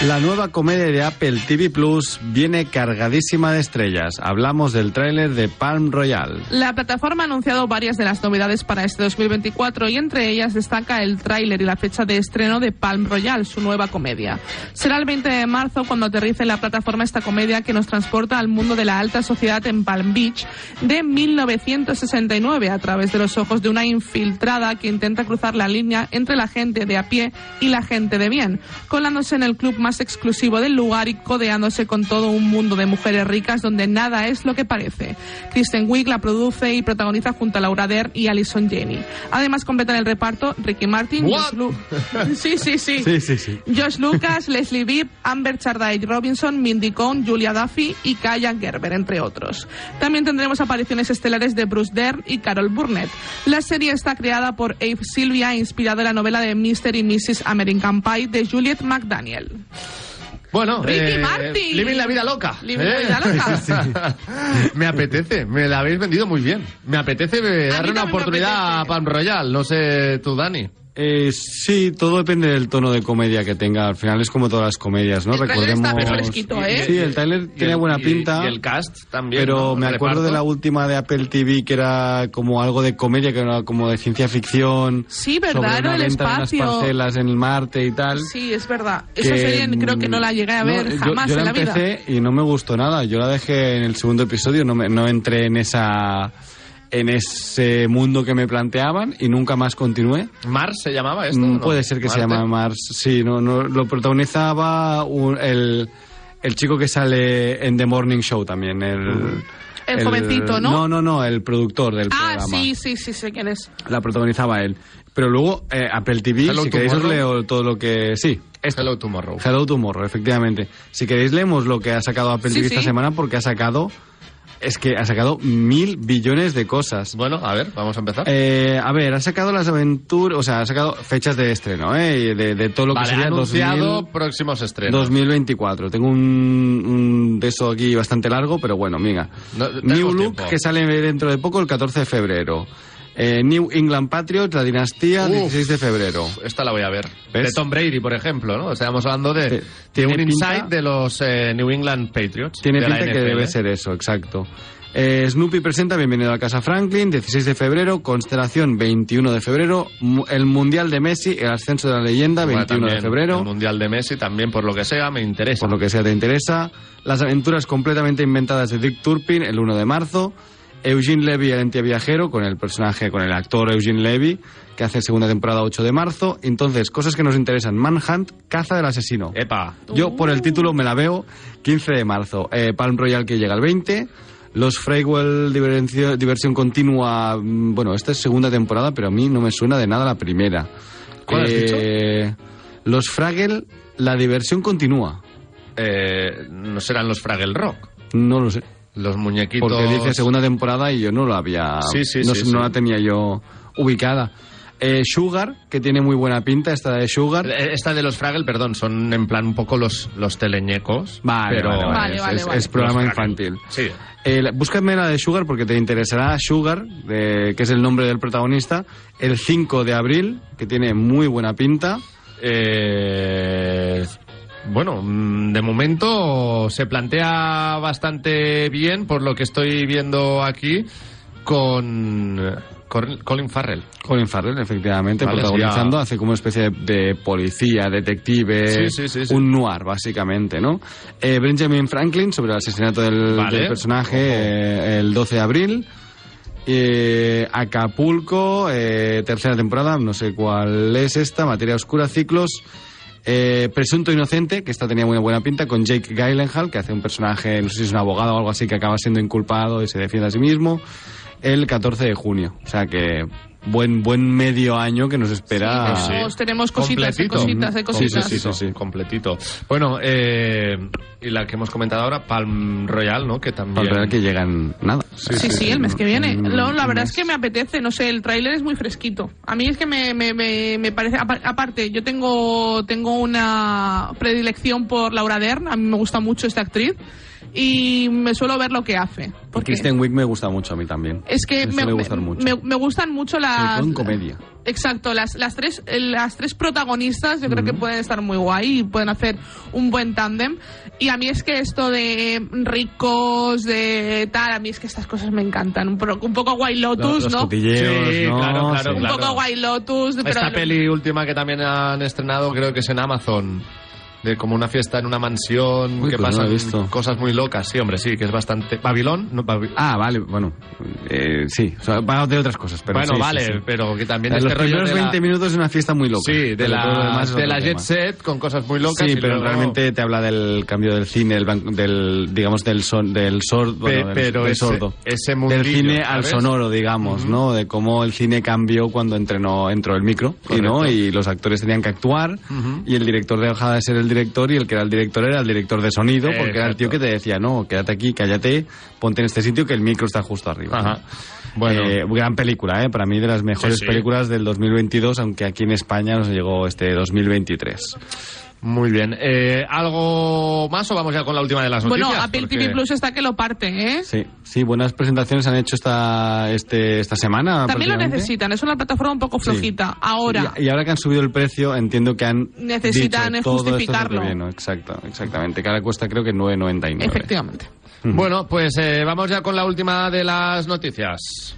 D: La nueva comedia de Apple TV Plus viene cargadísima de estrellas. Hablamos del tráiler de Palm Royal.
C: La plataforma ha anunciado varias de las novedades para este 2024 y entre ellas destaca el tráiler y la fecha de estreno de Palm Royal, su nueva comedia. Será el 20 de marzo cuando aterrice en la plataforma esta comedia que nos transporta al mundo de la alta sociedad en Palm Beach de 1969 a través de los ojos de una infiltrada que intenta cruzar la línea entre la gente de a pie y la gente de bien, colándose en el club más exclusivo del lugar y codeándose con todo un mundo de mujeres ricas donde nada es lo que parece. Kristen Wiig la produce y protagoniza junto a Laura Dern y Alison Jenny. Además completan el reparto Ricky Martin,
B: What?
C: Josh Lu- sí, sí, sí.
D: Sí, sí, sí.
C: Josh Lucas, Leslie Bibb, Amber Charday Robinson, Mindy Cohn, Julia Duffy y Kaya Gerber, entre otros. También tendremos apariciones estelares de Bruce Dern y Carol Burnett. La serie está creada por Abe Silvia, inspirada en la novela de Mr. y Mrs. American Pie de Juliet McDaniel.
B: Bueno, eh,
C: Ricky Martin.
B: Living la vida loca. ¿eh?
C: Living la vida loca.
B: me apetece, me la habéis vendido muy bien. Me apetece eh,
C: mí
B: darle una
C: también me
B: oportunidad
C: apetece.
B: a Palm Royal, no sé tú, Dani.
D: Eh, sí, todo depende del tono de comedia que tenga. Al final es como todas las comedias, ¿no?
C: El tráiler está
D: Recordemos.
C: muy fresquito, ¿eh?
D: Sí, el tráiler
B: Y
D: tenía
B: el-
D: buena
B: y-
D: pinta.
B: Y el cast también.
D: Pero
B: ¿no?
D: me
B: El
D: acuerdo de la
B: reparto.
D: última de Apple TV que era como algo de comedia, que era como de ciencia ficción.
C: Sí, ¿verdad?
D: sobre
C: Era
D: una
C: el
D: venta de
C: espacio.
D: unas parcelas en el Marte y tal.
C: Sí, es verdad.
D: que,
C: Esa serie creo que no la llegué a
D: no,
C: ver
D: yo-
C: jamás
D: yo,
C: en la vida.
D: empecé y no me gustó nada. Yo la dejé en el segundo episodio, no, me- no entré en esa en ese mundo que me planteaban y nunca más continué.
B: Mars se llamaba esto.
D: Mm,
B: ¿no?
D: Puede ser que se
B: Marte.
D: llama Mars. Sí, no, no, lo protagonizaba un- el, el chico que sale en The Morning Show también. El,
C: El jovencito, ¿no?
D: No, no, no, el productor del
C: Ah,
D: programa.
C: sí, sí, sí, sé quién es.
D: La protagonizaba él. Pero luego, eh, Apple TV,
B: Hello
D: si queréis os
B: Tomorrow.
D: leo todo lo que... Sí, esto.
B: Hello Tomorrow.
D: Hello Tomorrow, efectivamente. Si queréis leemos lo que ha sacado Apple
C: Sí,
D: TV esta
C: sí.
D: semana porque ha sacado... Es que ha sacado mil billones de cosas.
B: Bueno, a ver, vamos a empezar.
D: Eh, a ver, ha sacado las aventuras, o sea, ha sacado fechas de estreno, ¿eh? Y De, de todo lo
B: vale,
D: que sería
B: anunciado
D: 2000
B: próximos estrenos.
D: 2024. Tengo un, un de eso aquí bastante largo, pero bueno, mira.
B: No, tenemos
D: New Look,
B: tiempo.
D: que sale dentro de poco, el 14 de febrero. Eh, New England Patriots, la dinastía,
B: Uf.
D: 16 de febrero.
B: Esta la voy a ver.
D: ¿Ves?
B: De Tom Brady, por ejemplo, ¿no? Estábamos hablando de,
D: Te-
B: de
D: tiene
B: un
D: pinta-
B: insight de los eh, New England Patriots.
D: Tiene
B: de la
D: pinta que
B: NFL.
D: debe ser eso, exacto. Eh, Snoopy presenta Bienvenido a Casa Franklin, 16 de febrero, Constelación, 21 de febrero, mu- el Mundial de Messi, el Ascenso de la Leyenda, 21 de febrero.
B: El Mundial de Messi también, por lo que sea, me interesa.
D: por lo que sea te interesa. Las aventuras completamente inventadas de Dick Turpin el 1 de marzo. Eugene Levy, el ente viajero, con el personaje, con el actor Eugene Levy, que hace segunda temporada 8 de marzo. Entonces, cosas que nos interesan. Manhunt, Caza del Asesino.
B: Epa.
D: Yo por el título me la veo 15 de marzo. Eh, Palm Royal que llega el 20. Los Freywell Diverencio- Diversión Continua. mm, Bueno, esta es segunda temporada, pero a mí no me suena de nada la primera.
B: ¿Cuál has
D: Eh, Los Fraggle, la diversión continúa.
B: Eh, no serán los Fraggle Rock.
D: No lo sé.
B: Los muñequitos.
D: Porque dice segunda temporada y yo no la había.
B: Sí, sí,
D: no,
B: sí,
D: sé- no
B: sí.
D: la tenía yo ubicada. Eh, Sugar, que tiene muy buena pinta, esta de Sugar.
B: Eh, Esta de los Fraggle, perdón, son en plan un poco los, los teleñecos.
D: Vale,
B: pero
D: vale, vale,
C: Vale,
D: es-
C: vale,
D: es-
C: vale.
D: es programa
B: Los
D: infantil.
B: Sí.
D: Eh, la- búscame la de Sugar porque te interesará Sugar, de- que es el nombre del protagonista, el 5 de abril, que tiene muy buena pinta.
B: Eh, bueno, mm, de momento se plantea bastante bien, por lo que estoy viendo aquí, con con Colin Farrell.
D: Colin Farrell, efectivamente,
B: Vale,
D: protagonizando,
B: sería-
D: hace como una especie de, de policía, detective,
B: Sí, sí, sí, sí.
D: un noir, básicamente, ¿no? Eh, Benjamin Franklin, sobre el asesinato del,
B: Vale.
D: del personaje,
B: Ojo.
D: eh, el 12 de abril. Eh, Acapulco, eh, tercera temporada, no sé cuál es esta, Materia Oscura, Ciclos. Eh, Presunto Inocente, que esta tenía muy buena pinta, con Jake Gyllenhaal, que hace un personaje, no sé si es un abogado o algo así, que acaba siendo inculpado y se defiende a sí mismo, el 14 de junio. O sea que buen, buen medio año que nos espera.
B: Sí,
C: Tenemos- tenemos cositas, hay
B: Completito.
C: cositas, hay
D: Ah, Sí, sí,
C: cositas.
D: sí, sí, sí.
B: Completito. Bueno, eh, y la que hemos comentado ahora, Palm Royal, ¿no? Que también.
D: Para ver que llegan nada.
C: Sí, sí, el mes que viene.
D: Mm,
C: Lo- la
D: un
C: verdad
D: mes.
C: es que me apetece, no sé, el tráiler es muy fresquito. A mí es que me, me- me- me parece, apa- aparte, yo tengo, tengo una predilección por Laura Dern, a mí me gusta mucho esta actriz y me suelo ver lo que Eh, hace.
D: Y
C: Porque
D: Kristen Wiig me gusta mucho a mí también.
C: es que me,
D: me suele
C: me-
D: gustar mucho.
C: me- me gustan mucho
D: Sobre
C: las...
D: todo en comedia.
C: Exacto, las, las, tres, eh, las tres protagonistas yo creo que pueden estar muy guay y pueden hacer un buen tándem. Y a mí es que esto de ricos, de tal, a mí es que estas cosas me encantan. Un, pro- un poco White Lotus,
D: Los
C: ¿no?
D: cotilleos,
B: Sí,
D: ¿no?
B: claro, claro,
D: Sí.
C: Un poco White Lotus. de-
B: Esta
C: pero-
B: peli última que también han estrenado, creo que es en Amazon. De como una fiesta en una mansión,
D: Uy,
B: que
D: pues no la
B: pasan
D: he visto.
B: cosas muy locas. Sí, hombre, sí, que es bastante. ¿Babilón? No, Babi-
D: Ah, vale, bueno, eh, sí, o sea, va de otras cosas, pero
B: bueno,
D: sí, sí,
B: vale,
D: sí.
B: pero que también.
D: los
B: este rollo
D: primeros
B: de la-
D: 20 minutos es una fiesta muy loca.
B: Sí, de
D: Pero todo lo
B: la,
D: demás es
B: de
D: otro
B: la jet
D: tema.
B: set, con cosas muy locas.
D: Sí,
B: y
D: pero
B: luego-
D: realmente te habla del cambio del cine, del, ban- del digamos, del son, del sordo,
B: Pe-
D: bueno, del-
B: pero
D: del
B: ese,
D: sordo.
B: ese
D: Del
B: mundillo,
D: cine al
B: ¿sabes?
D: sonoro, digamos, ¿no? De cómo el cine cambió cuando entrenó, entró el micro, y ¿no?
B: Correcto.
D: Y los actores tenían que actuar,
B: Ujú.
D: y el director dejaba de ser el director, y el que era el director era el director de sonido, porque era el
B: Exacto.
D: tío que te decía, no, quédate aquí, cállate, ponte en este sitio que el micro está justo arriba.
B: Ajá. Bueno,
D: Eh, gran película, ¿eh? Para mí de las mejores
B: Sí, sí.
D: películas del 2022, aunque aquí en España nos llegó este 2023.
B: muy bien. Eh, ¿Algo más o vamos ya con la última de las noticias?
C: bueno, Apple
B: Porque-
C: TV Plus está que lo parte, ¿eh?
D: Sí, sí, buenas presentaciones han hecho esta, este, esta semana.
C: También lo
D: prácticamente.
C: necesitan, es una plataforma un poco flojita. Ahora,
D: Y, y ahora que han subido el precio, entiendo que han.
C: Necesitan
D: dicho, "Todo esto se
C: justificarlo".
D: relleno". Exacto, exactamente. Que ahora cuesta creo que 9.99.
C: efectivamente.
B: Bueno, pues eh, vamos ya con la última de las noticias.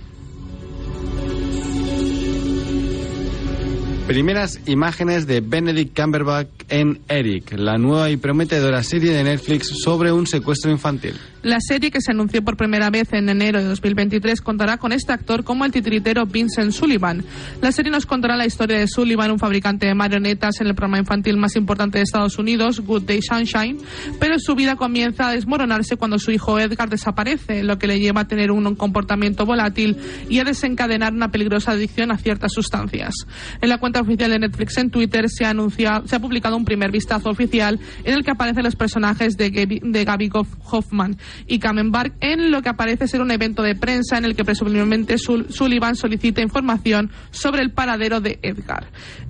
D: Primeras imágenes de Benedict Cumberbatch en Eric, la nueva y prometedora serie de Netflix sobre un secuestro infantil.
C: La serie que se anunció por primera vez en enero de 2023 contará con este actor como el titiritero Vincent Sullivan. La serie nos contará la historia de Sullivan, un fabricante de marionetas en el programa infantil más importante de Estados Unidos, Good Day Sunshine, pero su vida comienza a desmoronarse cuando su hijo Edgar desaparece, lo que le lleva a tener un comportamiento volátil y a desencadenar una peligrosa adicción a ciertas sustancias. En la cuenta oficial de Netflix en Twitter se ha, anunciado, se ha publicado un primer vistazo oficial en el que aparecen los personajes de, Gabi- de Gaby Goff- Hoffman y Kamenberg en lo que aparece ser un evento de prensa en el que presumiblemente Sul- Sullivan solicita información sobre el paradero de Edgar.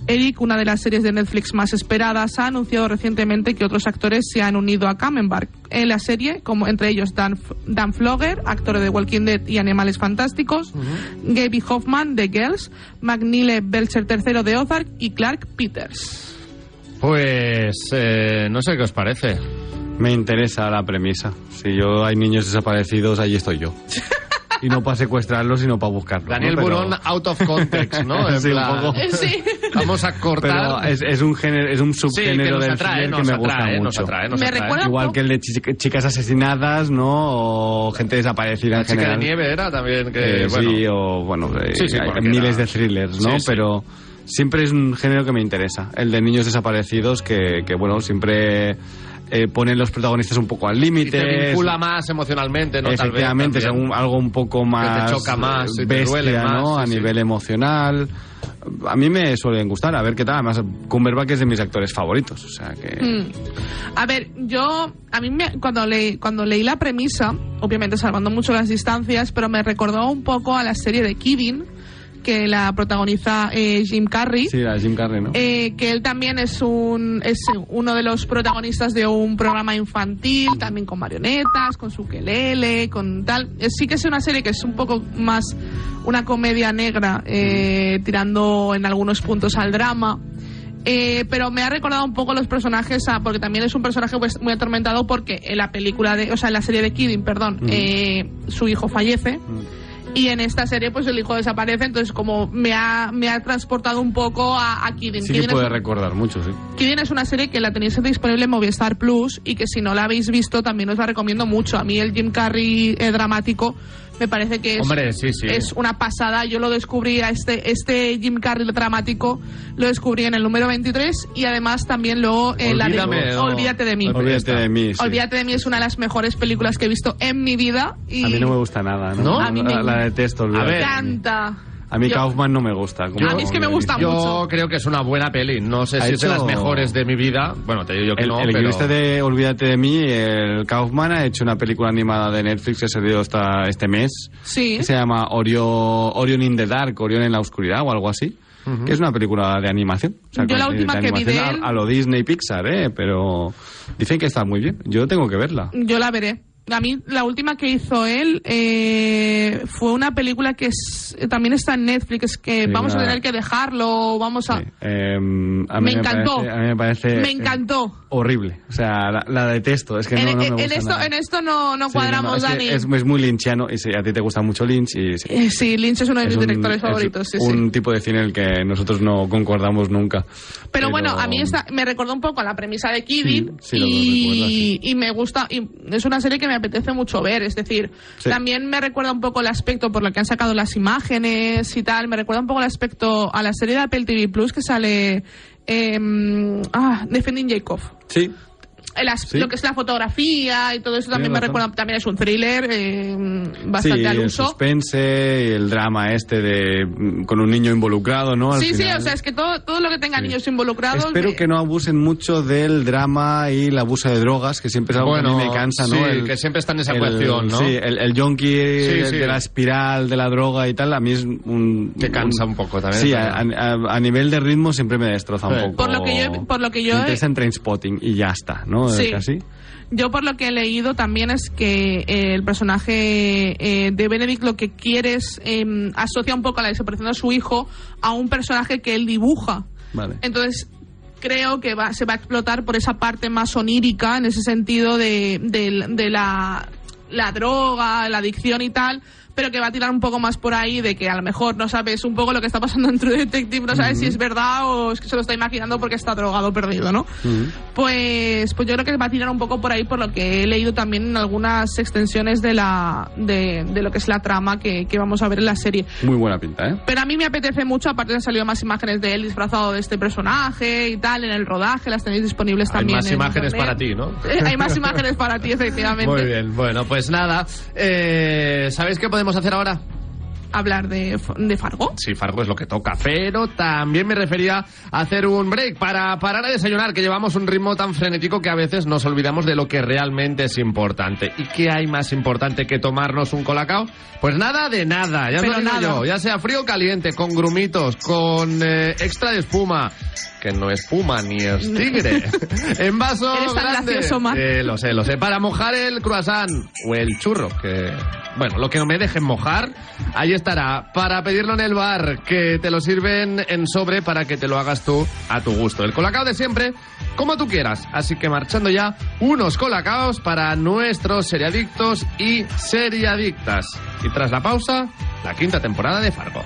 C: Eric, una de las series de Netflix más esperadas, ha anunciado recientemente que otros actores se han unido a Kamenberg en la serie, como entre ellos Dan, F- Dan Flogger, actor de Walking Dead y Animales Fantásticos, Gaby Hoffman de Girls, McNeil Belcher III de Ozark y Clark Peters.
B: Pues eh, no sé qué os parece.
D: Me interesa la premisa. Si yo hay niños desaparecidos, ahí estoy yo. Y no para secuestrarlos, sino para buscarlos. ¿no?
B: Daniel
D: Pero-
B: Burón out of context, ¿no? En
D: Sí, un
B: plan,
D: poco.
C: Sí.
B: Vamos a
D: Pero
B: cortar.
D: es, es un género, es un
B: Sí, que
D: subgénero
B: nos
D: del
B: atrae,
D: thriller
B: nos
D: que me gusta
B: atrae, nos
D: mucho.
B: atrae, nos
C: Me
B: atrae.
C: recuerda-
D: Igual que el de chi- chicas asesinadas, ¿no? O gente desaparecida
B: La
D: en
B: chica de
D: general.
B: nieve era también que,
D: Eh,
B: bueno,
D: Sí, o bueno, eh,
B: Sí, sí,
D: hay
B: cualquiera.
D: miles de thrillers, ¿no?
B: Sí, sí.
D: Pero siempre es un género que me interesa. El de niños desaparecidos, que, que, bueno, siempre eh, ponen los protagonistas un poco al
B: y
D: límite.
B: te vincula más emocionalmente, ¿no? Tal vez
D: Efectivamente, es
B: también.
D: algún- algo un poco más.
B: choca más
D: eh,
B: y te
D: bestia,
B: duele más,
D: ¿no?
B: sí,
D: a
B: sí.
D: nivel emocional. A mí me suelen gustar, a ver qué tal. Además, Cumberbatch es de mis actores favoritos, o sea que.
C: Mm. A ver, yo, a mí me- cuando, le, cuando leí la premisa, obviamente salvando mucho las distancias, pero me recordó un poco a la serie de Kevin, que la protagoniza eh, Jim Carrey.
D: Sí, a Jim Carrey, ¿no?
C: eh, que él también es un es uno de los protagonistas de un programa infantil, también con marionetas, con su quelele, con tal. Eh, Sí que es una serie que es un poco más una comedia negra, eh, tirando en algunos puntos al drama. Eh, pero me ha recordado un poco los personajes, a- porque también es un personaje pues, muy atormentado porque en la película de, o sea, en la serie de Kidding, perdón,
D: Mm.
C: eh, su hijo fallece. Y en esta serie, pues el hijo desaparece, entonces como me ha, me ha transportado un poco a, a Kidding.
D: sí que
C: Kidding
D: puede
C: es, un-
D: recordar mucho, sí.
C: Kidding es una serie que la tenéis disponible en Movistar Plus y que si no la habéis visto también os la recomiendo mucho. A mí el Jim Carrey eh, dramático me parece que es,
B: Hombre, sí, sí.
C: es una pasada. Yo lo descubrí, a este, este Jim Carrey dramático lo descubrí en el número 23 y además también luego en la de
B: Olvídame, no.
C: Olvídate de mí.
D: Olvídate de mí. sí.
C: Olvídate de mí es una de las mejores películas que he visto en mi vida y
D: A mí no me gusta nada, ¿no?
B: ¿No?
C: A mí me-
D: La, la detesto,
B: A
C: me
D: olvídate.
B: ver.
C: encanta.
D: A mí
C: Yo-
D: Kaufman no me gusta. como-
C: A mí es que me gusta
B: Yo
C: mucho.
B: creo que es una buena peli. No sé
D: Ha
B: si es de
D: hecho-
B: las mejores de mi vida. Bueno, te digo yo que
D: El,
B: no,
D: el
B: pero...
D: guionista de Olvídate de mí, el Kaufman, ha hecho una película animada de Netflix que ha salido hasta este mes.
C: Sí.
D: que se llama Orio- Orion in the Dark, Orion en la oscuridad o algo así. Que es una película de animación. O sea,
C: Yo la
D: con-
C: última que vi
D: animación
C: de
D: a-
C: él-
D: A, lo Disney Pixar, ¿eh? Pero dicen que está muy bien. Yo tengo que verla.
C: Yo la veré. A mí la última que hizo él eh, fue una película que es- también está en Netflix, es que
D: Sí,
C: vamos a
D: una-
C: tener que dejarlo, vamos a...
D: Sí. Eh, a mí
C: Me encantó.
D: parece- a mí me parece.
C: Me
D: eh,
C: encantó.
D: horrible. O sea, la, la detesto. Es que
C: en, e-
D: no, no me
C: en-
D: gusta
C: en esto,
D: nada.
C: en esto no, no
D: Sí,
C: cuadramos,
D: no, no, es
C: Dani.
D: que es, es muy lynchiano y sí, a ti te gusta mucho Lynch y sí.
C: Eh, sí, Lynch es uno de
D: Es
C: mis
D: un-
C: directores
D: es
C: favoritos, sí, sí.
D: un tipo de cine en el que nosotros no concordamos nunca.
C: Pero bueno, a mí esta- me recordó un poco a la premisa de Kidding
D: Sí, sí, lo
C: y,
D: recuerda, sí.
C: y me gusta, y es una serie que me apetece mucho ver, es decir,
D: Sí.
C: también me recuerda un poco el aspecto por lo que han sacado las imágenes y tal, me recuerda un poco el aspecto a la serie de Apple TV Plus que sale em, ah, Defending Jacob.
D: Sí,
C: El as-
D: Sí.
C: Lo que es la fotografía y todo eso también me
D: razón.
C: recuerda, también es un thriller em, bastante
D: sí,
C: al
D: el
C: uso.
D: suspense y el drama este de mm, con un niño involucrado, ¿no? Al
C: Sí, sí,
D: final.
C: o sea, es que todo, todo lo que tenga niños involucrados... eh,
D: Espero
C: de-
D: que no abusen mucho del drama y el abuso de drogas, que
B: pues,
D: siempre es algo que a mí
B: Bueno,
D: me cansa, ¿no?
B: sí,
D: El-
B: que siempre está en esa
D: el-
B: ecuación, ¿no?
D: Sí, el, el yonki
B: Sí, sí.
D: de la espiral, de la droga y tal, a mí es un...
B: Te cansa un poco también,
D: Sí,
B: es
D: a,
B: verdad.
D: a- a nivel de ritmo siempre me destroza
B: Sí.
D: un poco.
C: Por lo que yo- por lo que yo
D: Me
C: he-
D: interesa en Trainspotting y ya está, ¿no?
C: Sí.
D: Casi.
C: Yo por lo que he leído también es que eh, el personaje eh, de Benedict lo que quiere es eh, asocia un poco a la desaparición de su hijo a un personaje que él dibuja.
D: Vale.
C: Entonces creo que va, se va a explotar por esa parte más onírica, en ese sentido de, de- de la, la droga, la adicción y tal, pero que va a tirar un poco más por ahí de que a lo mejor no sabes un poco lo que está pasando en True Detective, no sabes si es verdad o es que se lo está imaginando porque está drogado o perdido, ¿no? Pues, pues yo creo que va a tirar un poco por ahí por lo que he leído también en algunas extensiones de, la, de, de lo que es la trama que, que vamos a ver en la serie.
D: Muy buena pinta, ¿eh?
C: Pero a mí me apetece mucho, aparte han salido más imágenes de él disfrazado de este personaje y tal, en el rodaje, las tenéis disponibles
B: Hay
C: también.
B: más
C: en
B: imágenes
C: internet.
B: para ti, ¿no?
C: Eh, Hay más imágenes para ti, efectivamente.
B: Muy bien, bueno, pues nada. Eh, ¿Sabéis qué podemos hacer ahora?
C: Hablar de, de Fargo.
B: Sí, Fargo es lo que toca, pero también me refería a hacer un break para parar a desayunar, que llevamos un ritmo tan frenético que a veces nos olvidamos de lo que realmente es importante. ¿Y qué hay más importante que tomarnos un colacao? Pues nada de nada, ya os lo
C: Pero
B: digo
C: nada.
B: yo, ya sea frío o caliente, con grumitos, con eh, extra de espuma, que no es espuma ni es tigre, en vaso
C: Eres tan
B: grande.
C: gracioso, Marc.
B: Eh, lo sé, lo sé. Para mojar el croissant o el churro, que... Bueno, lo que no me dejen mojar, ahí está estará para pedirlo en el bar, que te lo sirven en sobre para que te lo hagas tú a tu gusto. El colacao de siempre, como tú quieras. Así que marchando ya, unos colacaos para nuestros seriadictos y seriadictas. Y tras la pausa, la quinta temporada de Fargo.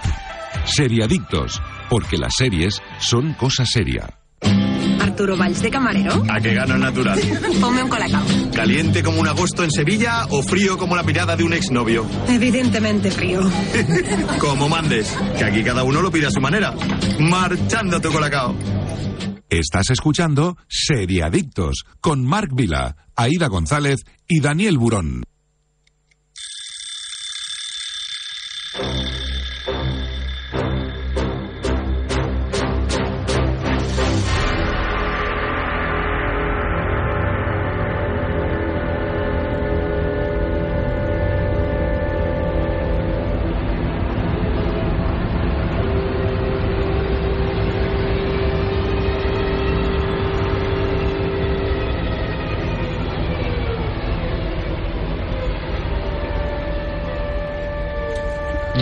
A: Seriadictos, porque las series son cosa seria.
I: Arturo Valls de camarero,
F: A que gano el natural.
I: ponme un colacao.
F: ¿Caliente como un agosto en Sevilla o frío como la mirada de un exnovio?
I: Evidentemente frío.
F: Como mandes, que aquí cada uno lo pide a su manera. Marchando tu colacao.
A: Estás escuchando Seriadictos con Marc Vila, Aida González y Daniel Burón.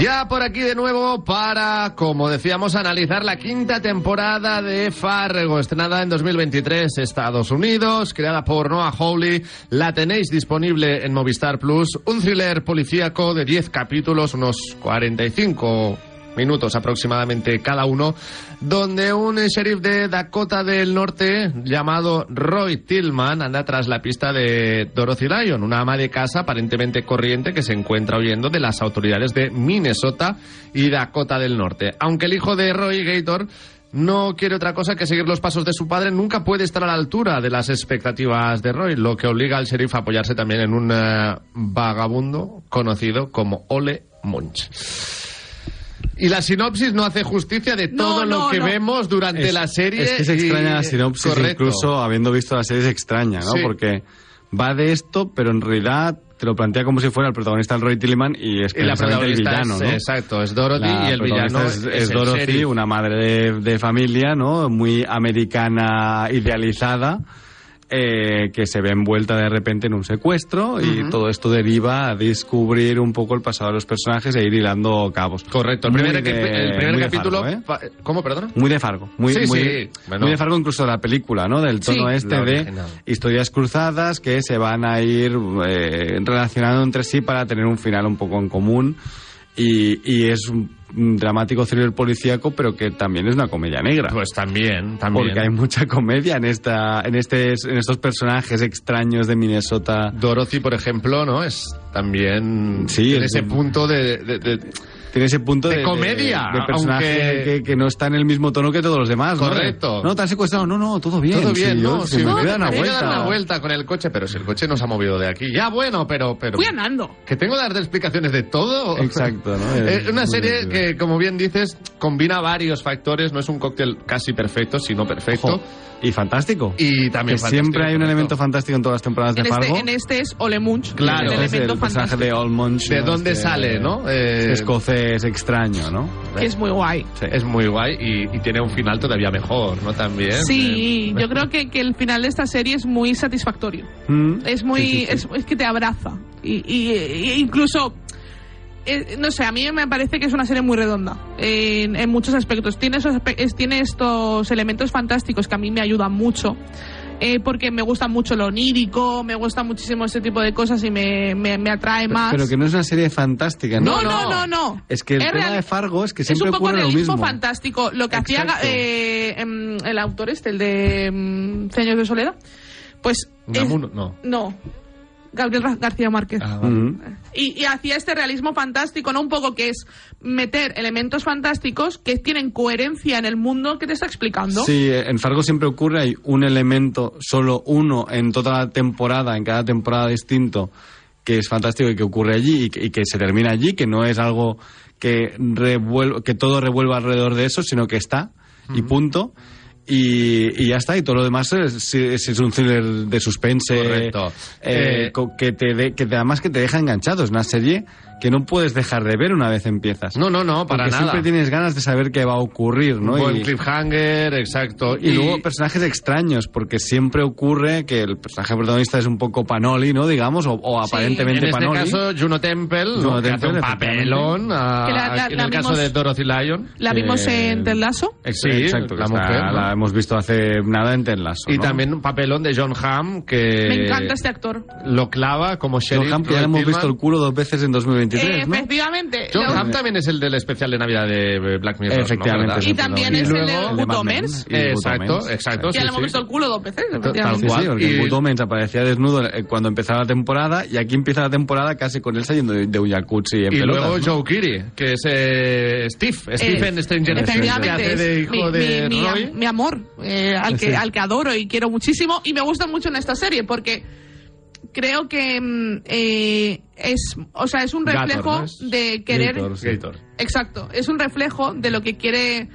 B: Ya por aquí de nuevo para, como decíamos, analizar la quinta temporada de Fargo, estrenada en 2023 Estados Unidos, creada por Noah Hawley. La tenéis disponible en Movistar Plus, un thriller policíaco de 10 capítulos, unos 45 minutos aproximadamente cada uno, donde un sheriff de Dakota del Norte llamado Roy Tillman anda tras la pista de Dorothy Lyon, una ama de casa aparentemente corriente que se encuentra huyendo de las autoridades de Minnesota y Dakota del Norte. Aunque el hijo de Roy Gator no quiere otra cosa que seguir los pasos de su padre, nunca puede estar a la altura de las expectativas de Roy, lo que obliga al sheriff a apoyarse también en un eh, vagabundo conocido como Ole Munch. Y la sinopsis no hace justicia de
C: No,
B: todo
C: no,
B: lo que
C: no.
B: vemos durante
D: Es-
B: la serie.
D: Es que es extraña
B: y-
D: la sinopsis,
B: Correcto.
D: incluso habiendo visto la serie es extraña, ¿no?
B: Sí.
D: Porque va de esto, pero en realidad te lo plantea como si fuera el protagonista el Roy Tillman y es
B: Y la
D: precisamente el
B: protagonista
D: villano,
B: es,
D: ¿no?
B: exacto, es Dorothy
D: La
B: y el
D: protagonista
B: villano
D: es,
B: es,
D: es
B: el
D: Dorothy,
B: sheriff.
D: una madre de, de familia, ¿no? Muy americana, idealizada, eh, que se ve envuelta de repente en un secuestro y todo esto deriva a descubrir un poco el pasado de los personajes e ir hilando cabos.
B: Correcto, el
D: Muy
B: primer,
D: de-
B: el primer
D: muy de
B: capítulo...
D: Fargo, ¿eh?
B: pa- ¿Cómo, perdón?
D: Muy de Fargo. Muy,
B: Sí,
D: muy,
B: sí, bueno.
D: muy de Fargo incluso de la película, ¿no? Del tono
B: Sí,
D: este
B: la
D: de
B: original.
D: historias cruzadas que se van a ir eh, relacionando entre sí para tener un final un poco en común. Y, y es un, un dramático thriller policíaco, pero que también es una comedia negra.
B: Pues también, también.
D: porque hay mucha comedia en esta en este en estos personajes extraños de Minnesota.
B: Dorothy, por ejemplo, ¿no? Es también
D: Sí,
B: tiene
D: es
B: ese
D: un-
B: punto de, de- de-
D: Tiene ese punto
B: De
D: de,
B: comedia,
D: de, personaje
B: aunque-
D: que, que no está en el mismo tono que todos los demás. ¿no?
B: Correcto.
D: No, te han secuestrado. No, no, todo bien.
B: todo
D: Sí,
B: bien,
D: yo-
B: ¿no? Sí,
D: si me
B: no,
D: voy a dar una
B: me voy a dar
D: vuelta.
B: una vuelta con el coche, pero si el coche nos ha movido de aquí. Ya bueno, pero... pero
C: Fui andando.
B: que tengo que darte explicaciones de todo.
D: Exacto, ¿no?
B: Es una
D: Muy
B: serie
D: divertido.
B: que, como bien dices, combina varios factores, no es un cóctel casi perfecto, sino perfecto.
D: Ojo, Y fantástico.
B: Y también
D: que
B: fantástico,
D: siempre hay un
B: correcto.
D: elemento fantástico en todas las temporadas de
C: En este,
D: Fargo.
C: en este es Ole Munch,
B: Claro.
C: el
D: es
C: elemento
D: el personaje
C: fantástico,
D: de Olmont.
B: ¿De dónde sale, no? Eh,
D: Este escocés extraño, ¿no?
C: que es muy guay.
D: Sí.
B: Es muy guay y, y tiene un final todavía mejor, ¿no? También.
C: Sí,
B: Eh,
C: yo creo que, que el final de esta serie es muy satisfactorio.
D: Mm.
C: Es muy.
D: Sí, sí, sí.
C: Es, es que te abraza. Y, y- e incluso. eh, no sé, a mí me parece que es una serie muy redonda en, en muchos aspectos. Tiene, esos, aspe- es- tiene estos elementos fantásticos que a mí me ayudan mucho. eh, porque me gusta mucho lo onírico, me gusta muchísimo ese tipo de cosas y me, me, me atrae más.
D: Pero que no es una serie fantástica, ¿no?
C: No, no, no, no.
D: Es que el
C: Es
D: tema
C: real-
D: de Fargo es que
C: es
D: siempre
C: un poco
D: ocurre lo
C: realismo
D: mismo.
C: fantástico. Lo que hacía
D: Exacto.
C: eh, em, el autor este, el de em, Cien años de soledad, pues... es-
B: Unamuno, no.
C: no, Gabriel Ra- García Márquez.
D: Mm.
C: Y, y hacía este realismo fantástico, ¿no? Un poco que es meter elementos fantásticos que tienen coherencia en el mundo que te está explicando.
D: Sí, eh, en Fargo siempre ocurre, hay un elemento, solo uno en toda la temporada, en cada temporada distinto, que es fantástico y que ocurre allí y que, y que se termina allí, que no es algo que, revuel- que todo revuelva alrededor de eso, sino que está y punto. Y, y ya está, y todo lo demás es, si- si es un thriller de suspense.
B: Correcto.
D: eh,
B: Eh,
D: co- que, te de- que te- además que te deja enganchado. Es una serie que no puedes dejar de ver una vez empiezas.
B: No, no, no, para
D: Porque
B: nada.
D: siempre tienes ganas de saber qué va a ocurrir, ¿no?
B: Un buen
D: Y-
B: cliffhanger, exacto.
D: y luego personajes extraños, porque siempre ocurre que el personaje protagonista es un poco Panoli, ¿no? Digamos, o, o aparentemente
B: en este
D: Panoli.
B: caso, Juno Temple, ¿no?
D: Juno
B: que hace
D: Temple,
B: un
D: efectivamente.
B: papelón. ah,
C: Que la- la-
B: en
C: la
B: el caso
C: vimos-
B: de Dorothy Lyon.
C: La vimos
D: Eh,
C: en Ted Lasso.
D: Ex-
B: Sí,
D: exacto,
B: la
D: la,
B: mujer, ¿no?
D: la hemos visto hace nada en Ted Lasso,
B: Y
D: ¿no?
B: también un papelón de John Hamm, que
C: Me encanta este actor.
B: lo clava como sheriff.
D: John Hamm, que ya le
B: Roy
D: hemos
B: Tillman.
D: visto el culo dos veces en 2023,
C: Eh,
D: ¿no?
C: Efectivamente.
B: John
C: Lo-
B: Hamm también es el del especial de Navidad de eh, Black Mirror. ¿no?
D: Efectivamente,
B: ¿Verdad?
D: es
C: y
D: el
C: también
D: protagonista.
C: es
B: Y
C: el
B: luego-
C: de
D: de Mad Men
C: Utomers.
D: y de
B: Exacto,
D: Good Omens.
B: exacto.
C: Ya
B: sí,
C: le hemos
B: sí.
C: visto el culo dos veces.
B: Tal
D: Sí, sí,
C: efectivamente.
B: cual.
D: porque
B: Y-
D: Good Omens aparecía desnudo eh, cuando empezaba la temporada y aquí empieza la temporada casi con él saliendo de, de un jacuzzi en
B: Y
D: pelotas,
B: luego
D: ¿no?
B: Joe Keery, que es eh, Steve, Stephen Stranger Things, que
C: Efectivamente,
B: hace
C: es
B: de hijo
C: mi,
B: de
C: mi- mi
B: Roy.
C: am- mi amor, eh, al, que, al que adoro y quiero muchísimo. Y me gusta mucho en esta serie porque creo que mm, eh, es, o sea, es un
D: Gator,
C: reflejo
D: ¿no? Es
C: de querer.
D: Gator, sí.
B: Gator.
C: Exacto, es un reflejo de lo que quiere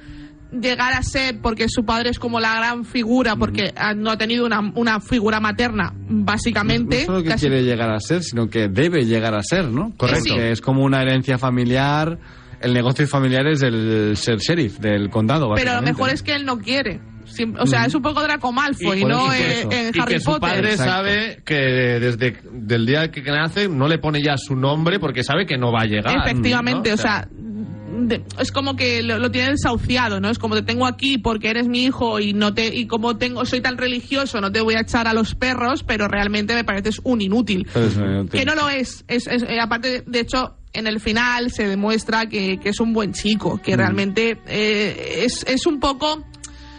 C: llegar a ser porque su padre es como la gran figura porque ah, no ha tenido una, una figura materna
D: No
C: básicamente
D: solo que
C: casi-
D: quiere llegar a ser, sino que debe llegar a ser, ¿no?
B: Correcto.
D: Porque Es como una herencia familiar. El negocio familiar es el ser sheriff del condado.
C: pero lo
D: básicamente.
C: mejor es que él no quiere Sim- o sea es un poco Draco Malfoy
D: Y-
C: no
D: y
C: Eh,
D: que-
C: en
B: y
C: Harry
B: que su
C: Potter
B: padre
D: Exacto.
B: sabe que desde del día que nace no le pone ya su nombre porque sabe que no va a llegar.
C: Efectivamente,
B: ¿no?
C: o sea, de- es como que lo, lo tiene desahuciado, ¿no? Es como te tengo aquí porque eres mi hijo y no te y como tengo soy tan religioso, no te voy a echar a los perros, pero realmente me pareces un inútil.
D: Entonces, eh, te-
C: Que no lo es, es, es- eh, aparte de hecho en el final se demuestra que, que es un buen chico, que realmente eh, es, es un poco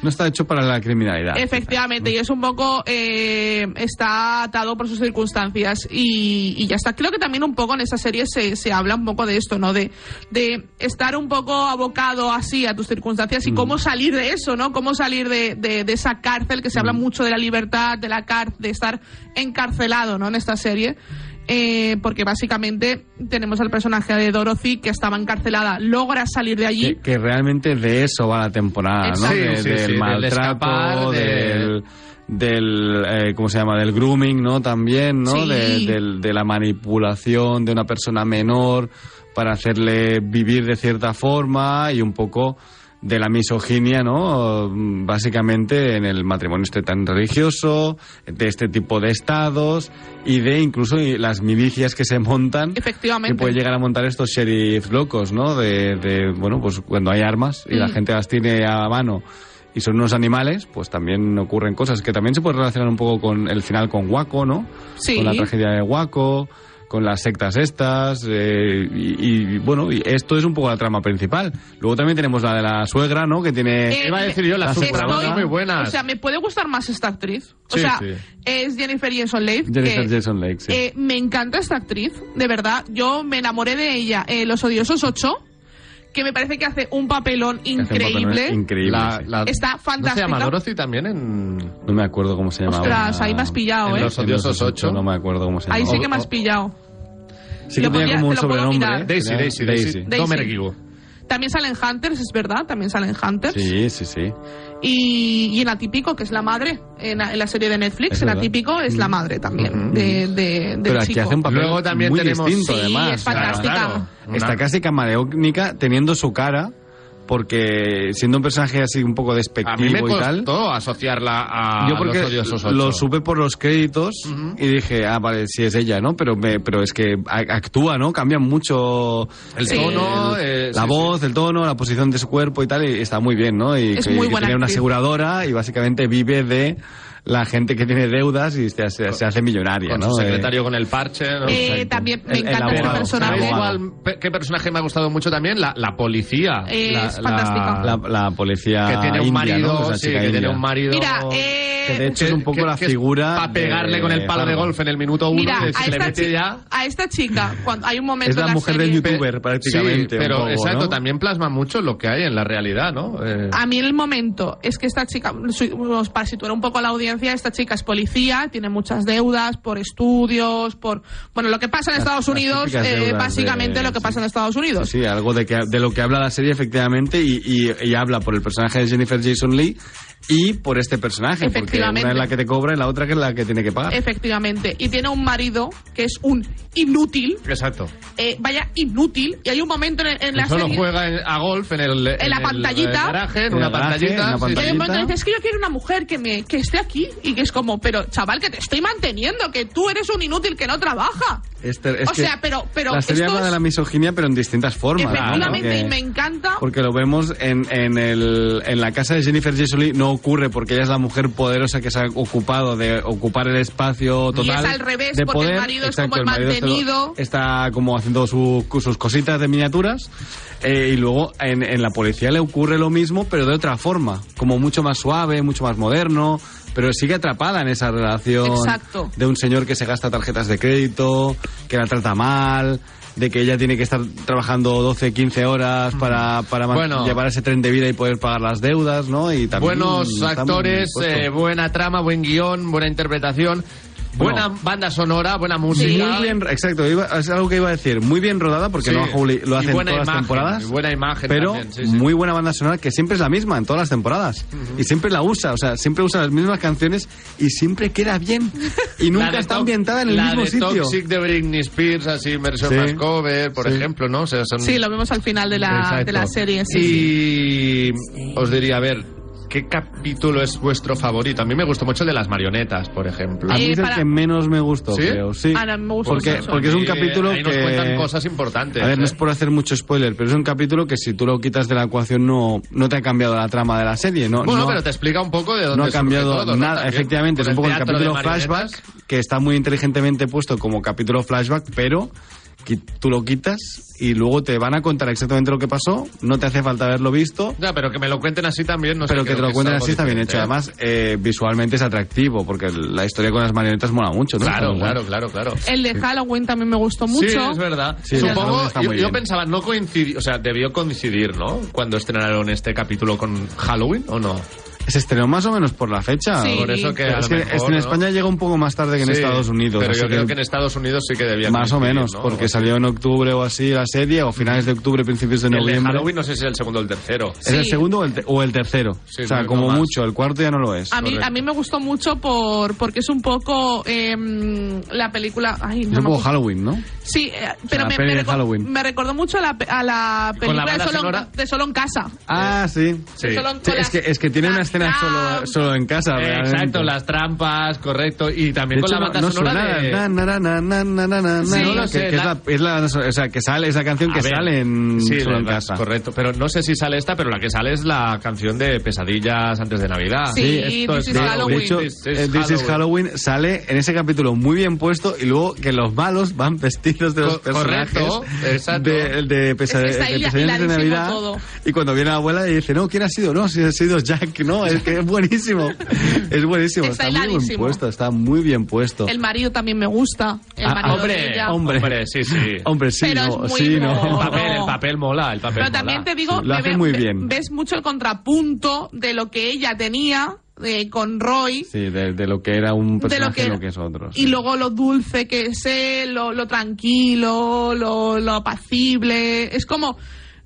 D: no está hecho para la criminalidad.
C: Efectivamente, y es un poco. eh, está atado por sus circunstancias y, y ya está. Creo que también un poco en esa serie se, se habla un poco de esto, ¿no? De, de estar un poco abocado así a tus circunstancias
D: Mm.
C: y cómo salir de eso, ¿no? Cómo salir de, de- de esa cárcel, que se
D: Mm.
C: habla mucho de la libertad, de la cárcel, de estar encarcelado, ¿no? En esta serie. Eh, porque básicamente tenemos al personaje de Dorothy que estaba encarcelada, logra salir de allí.
D: Que, que realmente de eso va la temporada, ¿no?
C: Exacto.
D: De-
B: Sí, sí,
D: del
B: sí, del escapar,
D: maltrato,
B: de-
D: del, del, eh, ¿cómo se llama? Del grooming, ¿no? También, ¿no?
C: Sí.
D: De, del- de la manipulación de una persona menor para hacerle vivir de cierta forma y un poco de la misoginia, ¿no? Básicamente en el matrimonio este tan religioso, de este tipo de estados y de incluso las milicias que se montan
C: Efectivamente.
D: que puede llegar a montar estos sheriffs locos, ¿no? De, de, bueno, pues cuando hay armas y la
C: Mm.
D: gente las tiene a mano y son unos animales, pues también ocurren cosas que también se puede relacionar un poco con el final con Waco, ¿no?
C: Sí.
D: Con la tragedia de Waco, con las sectas estas, eh, y, y, bueno, y esto es un poco la trama principal. Luego también tenemos la de la suegra, ¿no? Que tiene...
C: Eh,
B: Iba a decir yo, las
D: Estoy-
B: subtramas son muy buenas.
C: O sea, me puede gustar más esta actriz. O
B: Sí,
C: sea,
B: sí.
C: es Jennifer Jason Leigh.
D: Jennifer
C: que,
D: Jason Lake, sí.
C: eh, me encanta esta actriz, de verdad. Yo me enamoré de ella. eh, Los odiosos 8, que me parece que hace un papelón
D: Hace un papel
C: increíble.
D: Increíble.
B: La-
D: sí.
B: la-
C: Está
B: ¿No se
C: fantástica.
B: llama Dorothy también en...
D: No me acuerdo cómo se llamaba.
C: Ostras, ahí me has pillado,
D: En
C: ¿eh?
D: Los odiosos
B: Odiosos
D: ocho,
B: Ocho.
D: No me acuerdo cómo se llamaba.
C: Ahí sí
B: O-
C: que me has
B: o-
C: pillado.
D: Sí que
C: Lo
D: tenía
C: podía-
D: como un
C: te lo puedo
D: sobrenombre.
C: mirar.
D: ¿eh?
B: Daisy,
D: Era
B: Daisy, Daisy.
C: Daisy.
B: Domergue.
C: También salen Hunters, es verdad, también salen Hunters.
D: Sí, sí, sí.
C: Y, y en Atípico, que es la madre, en, la- en la serie de Netflix,
D: Es
C: en
D: verdad.
C: Atípico es la madre también de, de, del
D: Pero aquí
C: chico.
D: hace un papel
B: Luego también
D: muy
B: tenemos-
D: distinto,
C: Sí,
D: además.
C: es fantástica.
B: Claro, claro.
D: Está
B: Una-
D: casi camaleónica teniendo su cara, porque siendo un personaje así un poco
B: A mí me
D: despectivo y tal.
B: costó asociarla a
D: Yo porque
B: los odiosos ocho.
D: lo supe por los créditos y dije, ah, vale, sí es ella, ¿no? Pero me- pero es que a- actúa, ¿no? Cambia mucho
B: El
C: Sí.
B: tono, eh,
D: la
B: sí,
D: voz, el tono, la posición de su cuerpo y tal, y está muy bien, ¿no? Y
C: Es
D: que,
C: muy
D: que
C: buena
D: tiene una
C: actriz.
D: aseguradora y básicamente vive de la gente que tiene deudas y se, hace- se hace
B: sí,
D: millonaria,
B: Con
D: ¿no?
B: su
D: Eh,
B: secretario, con el parche. ¿no?
C: Eh,
D: Exacto.
C: también me
D: El- el
C: encanta este
D: abogado,
C: personaje.
D: el
B: ¿Sabéis
D: abogado.
B: cuál- pe- qué personaje me ha gustado mucho también? La, la policía.
C: Eh,
B: La-
C: es
B: la-
C: fantástica.
D: la, la policía
B: Ah. que tiene un
D: india,
B: marido,
D: ¿no? Esa
B: sí,
D: chica
B: que tiene
D: india.
B: un marido.
C: Mira, eh,
D: Que de hecho es un poco la figura
B: Para pegarle
D: de
B: con el palo de
D: Fargo.
B: golf en el minuto uno,
C: Mira,
B: que se
C: a
B: le
C: esta,
B: mete
C: chi-
B: ya.
C: a esta chica, cuando hay un momento
D: Es la
C: en la
D: mujer
C: serie-
D: del youtuber,
B: Pe-
D: prácticamente,
B: Sí,
D: un
B: pero
D: poco,
B: exacto,
D: ¿no?
B: también plasma mucho lo que hay en la realidad, ¿no? Eh,
C: A mí el momento es que esta chica, su- para situar un poco a la audiencia, esta chica es policía, tiene muchas deudas por estudios, por... Bueno, lo que pasa en
D: Las-
C: Estados
D: las
C: Unidos,
D: típicas
C: eh,
D: deudas de-
C: básicamente lo que
D: sí.
C: pasa en Estados Unidos.
D: Pues Sí, sí, algo de, que, de lo que habla la serie efectivamente y, y- y habla por el personaje de Jennifer Jason Lee y por este personaje, porque una
C: Efectivamente.
D: es la que te cobra y la otra que es la que tiene que pagar.
C: Efectivamente. Y tiene un marido que es un inútil.
B: Exacto.
C: eh, vaya inútil. Y hay un momento en, en la
B: Que solo
C: serie.
B: juega en- a golf en el. En,
C: la
B: el eh,
C: pantallita.
B: garaje, en
D: En el
B: una
D: garaje, en
B: pantallita. sí,
C: Y
D: la
C: hay un
D: pantallita.
C: momento en que dices, es que yo quiero una mujer que me que esté aquí y que es como, pero chaval, que te estoy manteniendo, que tú eres un inútil que no trabaja.
D: Este- es
C: o
D: que
C: sea, pero, pero
D: la serie
C: esto
D: habla de
C: es-
D: la misoginia, pero en distintas formas. ¿no?
C: efectivamente,
D: Porque-
C: y me encanta.
D: Porque lo vemos en, en, el- en la casa de Jennifer Jason no ocurre porque ella es la mujer poderosa que se ha ocupado de ocupar el espacio total.
C: es al revés,
D: de
C: porque el
D: poder.
C: marido es como el
D: marido está-
C: mantenido.
D: Está como haciendo su- sus cositas de miniaturas. eh, y luego en, en la policía le ocurre lo mismo, pero de otra forma. Como mucho más suave, mucho más moderno. Pero sigue atrapada en esa relación
C: Exacto.
D: de un señor que se gasta tarjetas de crédito, que la trata mal, de que ella tiene que estar trabajando 12, 15 horas para, para man-
B: Mm. Bueno.
D: llevar ese tren de vida y poder pagar las deudas, ¿no? Y también
B: Buenos
D: está muy
B: actores,
D: puesto.
B: eh, buena trama, buen guión, buena interpretación, buena
D: Bueno.
B: banda sonora, buena
D: Sí,
B: música.
D: muy bien, exacto, iba- es algo que iba a decir, muy bien rodada porque
B: Sí.
D: no lo
B: Y
D: hacen todas
B: buena
D: las
B: imagen,
D: temporadas.
B: y buena imagen
D: pero
B: también, sí, sí.
D: muy buena banda sonora que siempre es la misma en todas las temporadas y siempre la usa, o sea, siempre usa las mismas canciones y siempre queda bien y
B: La
D: nunca
B: de
D: está
B: Tox-
D: ambientada en el
B: la
D: mismo
B: de
D: sitio.
B: Toxic de Britney Spears, así, versión
D: Sí.
B: más cover, por ejemplo, ¿no? O sea, son-
C: Sí, lo vemos al final de la,
B: Exacto.
C: de la serie. Sí,
B: Y os diría, a ver, ¿qué capítulo es vuestro favorito? A mí me gustó mucho el de las marionetas, por ejemplo.
D: A mí
C: Eh,
D: es el
C: para-
D: que menos me gustó,
B: ¿Sí?
D: creo. Sí.
C: Ah, no, me gusta
D: porque,
C: mucho.
D: porque es un
B: Sí,
D: capítulo
B: ahí nos
D: que.
B: cuentan cosas importantes.
D: A ver, no es
B: ¿eh?
D: por hacer mucho spoiler, pero es un capítulo que si tú lo quitas de la ecuación no, no te ha cambiado la trama de la serie. No,
B: Bueno,
D: no,
B: pero te explica un poco de dónde
D: no ha
B: surge
D: cambiado
B: todo, ¿no?
D: nada.
B: También,
D: Efectivamente,
B: con
D: es un poco el
B: teatro de
D: capítulo
B: marionetas.
D: flashback que está muy inteligentemente puesto como capítulo flashback, pero qui- tú lo quitas y luego te van a contar exactamente lo que pasó. No te hace falta haberlo visto.
B: Ya, pero que me lo cuenten así también, no sé,
D: pero que
B: creo
D: te lo
B: es
D: cuenten
B: algo
D: así está bien
B: diferente,
D: hecho.
B: ¿eh?
D: Además, eh, visualmente es atractivo, porque la historia con las marionetas mola mucho. ¿no? Está
B: Claro,
D: muy guay.
B: claro, claro, claro.
C: El de Halloween también me gustó mucho.
B: Sí, es verdad.
D: Sí,
B: Supongo,
D: el está
B: yo,
D: muy
B: yo
D: bien.
B: pensaba, no coincidir, o sea, debió coincidir, ¿no? Cuando estrenaron este capítulo con Halloween, ¿o no?
D: Se estrenó más o menos por la fecha.
C: Sí.
B: Por eso que,
D: Pero
B: a
D: es
B: lo
D: que
B: mejor,
D: es- en
B: ¿no?
D: España llega un poco más tarde que en
B: Sí,
D: Estados Unidos.
B: Pero yo
D: así
B: creo que en Estados Unidos sí que debía
D: más o
B: coincidir,
D: menos,
B: ¿no?
D: porque salió en octubre o así la serie, o finales de octubre, principios de
B: El de
D: noviembre.
B: Halloween no sé si es el segundo o el tercero.
D: ¿Es el
C: Sí.
D: segundo o el, te- o el tercero?
B: Sí,
D: o sea,
B: no,
D: como
B: no más.
D: mucho, el cuarto ya no lo es.
C: A mí, a mí me gustó mucho por porque es un poco em, la película. Ay,
D: es
C: no
D: un
C: me
D: poco
C: acuerdo.
D: Halloween, ¿no?
C: Sí, eh, pero
D: la
C: me,
D: peli
C: me
D: de
C: reco-
D: Halloween.
C: me recordó mucho a la, pe- a la película
B: banda
C: de, solo
B: sonora?
C: en, de Solo en Casa.
D: Ah, sí.
B: Sí.
C: De Solo en-
D: Sí,
C: con
D: es,
C: las-
D: que, es que tiene
C: las
D: una escena solo,
C: trampas.
D: solo en casa.
B: Eh,
D: realmente.
B: exacto, las trampas, correcto. Y
D: De
B: también con
D: hecho,
B: la banda
D: no, no
B: sonora
D: suena,
B: de...
D: na, na, na, na, na, na, na,
B: Sí,
D: na,
B: no lo
D: que-
B: sé,
D: que es
B: la-
D: la- es la- o sea, que sale, es la canción
B: A
D: que
B: ver,
D: sale en
B: sí,
D: solo
B: la-
D: en casa.
B: Correcto, pero no sé si sale esta, pero la que sale es la canción de Pesadillas antes de Navidad.
C: Sí,
B: esto
C: This
B: es
C: is
B: de-
C: Halloween.
D: De hecho, eh,
B: This is
D: This, is Halloween sale en ese capítulo muy bien puesto y luego que los malos van vestidos de los
B: Co-
D: personajes
B: correcto, exacto.
D: de, de, pesade-
C: Es que está
D: de
C: hila-
D: pesadillas de
C: hiladísimo
D: Navidad.
C: todo.
D: Y cuando viene la abuela y dice, no, ¿quién ha sido? No, si ha sido Jack, no, es que es buenísimo. es buenísimo,
C: Está
D: está, muy bien
C: hiladísimo.
D: puesto, está muy bien puesto.
C: El marido también me gusta. El
D: Ah,
C: marido
B: hombre,
C: de ella.
B: hombre. sí, sí.
D: Hombre, sí,
C: Pero
D: no,
C: es muy
D: sí, no.
B: El
C: bueno.
B: papel,
C: no.
B: el papel mola, el papel
C: Pero
B: mola.
C: también te digo,
D: Sí, lo
C: que
D: hace
C: ve-
D: muy
C: ve-
D: bien.
C: ves mucho el contrapunto de lo que ella tenía eh, con Roy.
D: Sí, de, de lo que era un
C: De lo
D: personaje
C: que,
D: y lo que es otro.
C: Y
D: sí.
C: luego lo dulce que es él, lo, lo tranquilo, lo, lo apacible. Es como.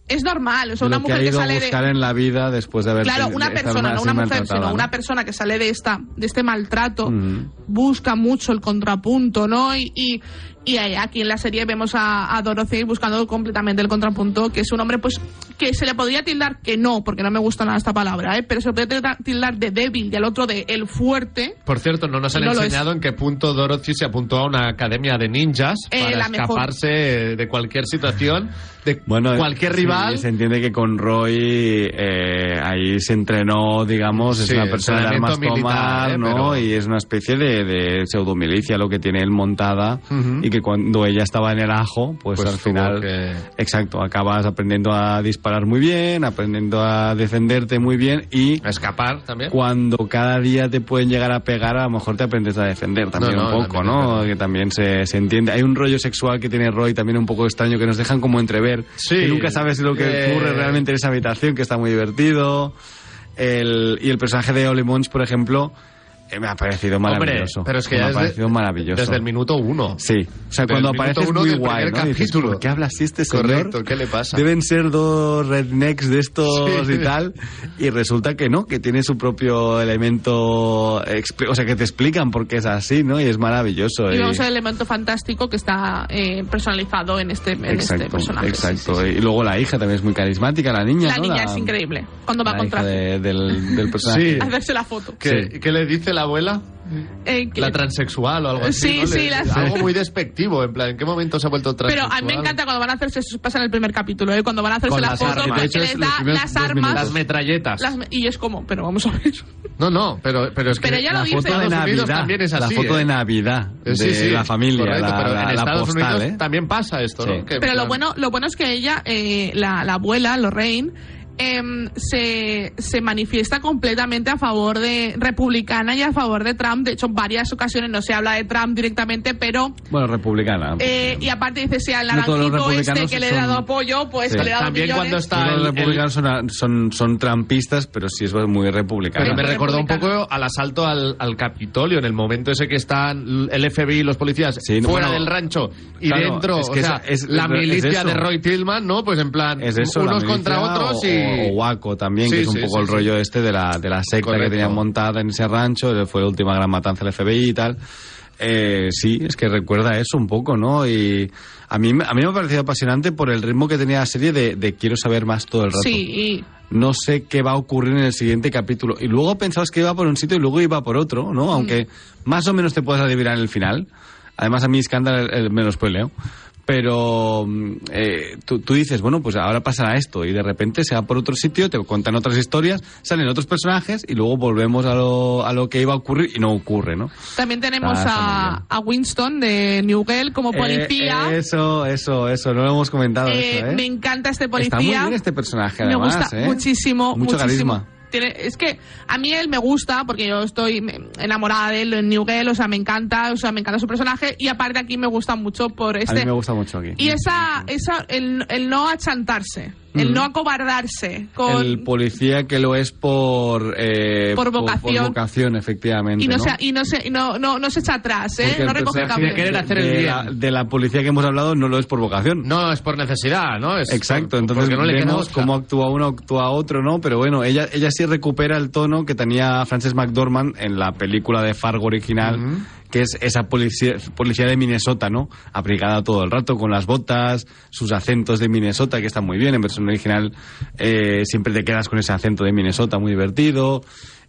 C: Es normal. O sea, una
D: De lo que ha
C: mujer que
D: ido a
C: sale de.
D: buscar en la vida después de haber
C: Claro,
D: tenido-
C: una
D: de estar
C: persona, no
D: así
C: una mujer,
D: maltratada,
C: sino
D: ¿no?
C: una persona que sale de esta, de este maltrato,
D: Ujú.
C: busca mucho el contrapunto, ¿no? Y, y, y ahí- aquí en la serie vemos a, a Dorothy buscando completamente el contrapunto, que es un hombre, pues, que se le podría tildar que no, porque no me gusta nada esta palabra, ¿eh? Pero se le podría tilda- tildar de débil y al otro de el fuerte.
B: Por cierto, no nos han
C: No lo
B: enseñado en qué punto Dorothy se apuntó a una academia de ninjas
C: Eh,
B: para
C: la mejor.
B: escaparse de cualquier situación, de
D: Bueno, eh,
B: cualquier
D: sí,
B: rival.
D: se entiende que con Roy eh, ahí se entrenó, digamos, es
B: Sí,
D: una persona de
B: entrenamiento
D: armas
B: militar,
D: tomar,
B: eh,
D: ¿no?
B: pero-
D: Y es una especie de, de pseudomilicia lo que tiene él montada
B: Ujú.
D: y que cuando ella estaba en el ajo, pues,
B: Pues
D: al
B: tuvo
D: final...
B: que-
D: Exacto, acabas aprendiendo a disparar muy bien, aprendiendo a defenderte muy bien y
B: a escapar también.
D: cuando cada día te pueden llegar a pegar, a lo mejor te aprendes a defender también
B: No, no,
D: un poco,
B: también es
D: ¿no?
B: verdad.
D: Que también se, se entiende. Hay un rollo sexual que tiene Roy también un poco extraño que nos dejan como entrever.
B: Sí.
D: Que nunca sabes lo que
B: Eh.
D: ocurre realmente en esa habitación, que está muy divertido. El- y el personaje de Ole Mons, por ejemplo, Eh, me ha parecido
B: Hombre,
D: maravilloso.
B: pero es que
D: me
B: ya
D: ha
B: desde,
D: parecido maravilloso.
B: desde el minuto uno.
D: Sí, o
B: Desde
D: sea, cuando
B: el minuto
D: apareces
B: uno
D: muy
B: del
D: guay,
B: primer
D: ¿no? Dices,
B: capítulo.
D: ¿por qué habla así este señor?
B: Correcto, ¿qué le pasa?
D: Deben ser dos rednecks de estos
B: Sí.
D: y tal, y resulta que no, que tiene su propio elemento, expli- o sea, que te explican por qué es así, ¿no? Y es maravilloso.
C: Y
D: y-
C: vamos al elemento fantástico que está eh, personalizado en este, en este
D: Exacto,
C: personaje.
D: exacto. Y luego la hija también es muy carismática, la niña,
C: La
D: ¿no?
C: niña es increíble. Cuando va
D: la
C: con
D: hija
C: traje.
D: de- del, del personaje.
B: Sí.
C: Hacerse la foto.
B: ¿Qué,
D: Sí.
B: qué le dice la abuela?
C: Eh, que-
B: La transexual o algo así.
C: Sí,
B: ¿no?
C: sí,
B: Le-
C: la-
B: Algo muy despectivo, en plan, ¿en qué momento se ha vuelto
C: pero
B: transexual?
C: a mí me encanta cuando van a hacerse, eso pasa en el primer capítulo, ¿eh? cuando van a hacerse
B: Con
C: la
B: las
C: foto
B: armas.
C: porque
B: De hecho,
C: les
B: es los
C: da
D: primeros
C: las
D: dos minutos.
C: armas.
B: Las metralletas.
C: las me- y es como, pero vamos a ver.
B: No, no, pero, pero es que...
C: Pero ya lo
D: La
C: dice.
D: foto de
B: Estados Unidos
D: Navidad,
B: también es así,
D: la foto
B: ¿eh?
D: de Navidad
B: Eh,
D: de la familia,
B: correcto,
D: la,
B: pero
D: la-
B: en
D: la
B: Estados
D: postal,
B: Unidos
D: ¿eh?
B: también pasa esto,
D: Sí.
B: ¿no? Que en
C: Pero lo
B: plan-
C: bueno, lo bueno es que ella, eh, la, la abuela, Lorraine, em, se, se manifiesta completamente a favor de republicana y a favor de Trump. De hecho, en varias ocasiones no se habla de Trump directamente, pero
D: Bueno, republicana.
C: eh, y aparte dice si al
D: No todos los
C: naranjito este
D: republicanos
C: que le he
D: son-
C: dado apoyo, pues
D: Sí.
C: que le he dado
B: También
C: millones.
B: cuando está
D: Todos
B: el-
D: los
B: el-
D: republicanos son, son, son trampistas, pero sí es muy republicana.
B: Pero me
C: Pero
B: recordó un
C: republicana.
B: poco al asalto al, al Capitolio, en el momento ese que están el FBI y los policías
D: Sí, no,
B: fuera
D: bueno,
B: del rancho y
D: claro,
B: dentro,
D: es que
B: o sea,
D: esa- es-
B: la
D: es
B: milicia
D: eso.
B: de Roy Tillman, ¿no? Pues en plan,
D: Es eso, la
B: unos
D: milicia
B: contra otros
D: o-
B: y...
D: O Waco también,
B: Sí,
D: que es un
B: sí,
D: poco
B: sí,
D: el
B: sí.
D: rollo este de la, de la secta
B: Correcto.
D: que tenían montada en ese rancho, fue la última gran matanza del FBI y tal. Eh, sí, es que recuerda eso un poco, ¿no? Y a mí, me- a mí me ha parecido apasionante por el ritmo que tenía la serie de, de quiero saber más todo el rato.
C: Sí, y
D: no sé qué va a ocurrir en el siguiente capítulo. Y luego pensabas que iba por un sitio y luego iba por otro,
C: Mm.
D: ¿no? Aunque más o menos te puedes adivinar el final. Además, a mí escándalo me lo spoileo. Pero mm, eh, tú, tú dices, bueno, pues ahora pasará esto. Y de repente se va por otro sitio, te cuentan otras historias, salen otros personajes y luego volvemos a lo, a lo que iba a ocurrir y no ocurre, ¿no?
C: también tenemos
D: Ah, está muy
C: a,
D: bien.
C: a Winston de New Girl como policía.
D: Eh, eso, eso, eso. No lo hemos comentado.
C: Eh,
D: eso, ¿eh?
C: Me encanta este policía.
D: Está muy bien este personaje,
C: me
D: además.
C: gusta
D: ¿eh?
C: muchísimo,
D: Mucho
C: muchísimo.
D: carisma.
C: Tiene- es que a mí él me gusta porque yo estoy me- enamorada de él en New Girl, o sea, me encanta, o sea, me encanta su personaje y aparte aquí me gusta mucho por
D: A
C: este...
D: mí me gusta mucho aquí.
C: Y esa, esa el, el no achantarse, el
D: Mm.
C: no acobardarse con...
D: El policía que lo es por... eh,
C: Por vocación.
D: vocación, efectivamente.
C: y no,
D: ¿no?
C: se, y no se, y no, no, no se echa atrás, ¿eh?
D: Porque
C: no
D: el
C: recoge
B: personaje de
C: cable.
B: querer hacer el
D: de,
B: bien.
D: la, de la policía que hemos hablado no lo es por vocación.
B: No, es por necesidad, ¿no? Es
D: Exacto,
B: Pues, por-
D: entonces
B: porque no le queda
D: vemos
B: otra.
D: cómo actúa uno, actúa otro, ¿no? Pero bueno, ella, ella sí recupera el tono que tenía Frances McDormand en la película de Fargo original, que es esa policía, policía de Minnesota, ¿no? Abrigada todo el rato con las botas, sus acentos de Minnesota, que están muy bien. En versión original eh, siempre te quedas con ese acento de Minnesota muy divertido.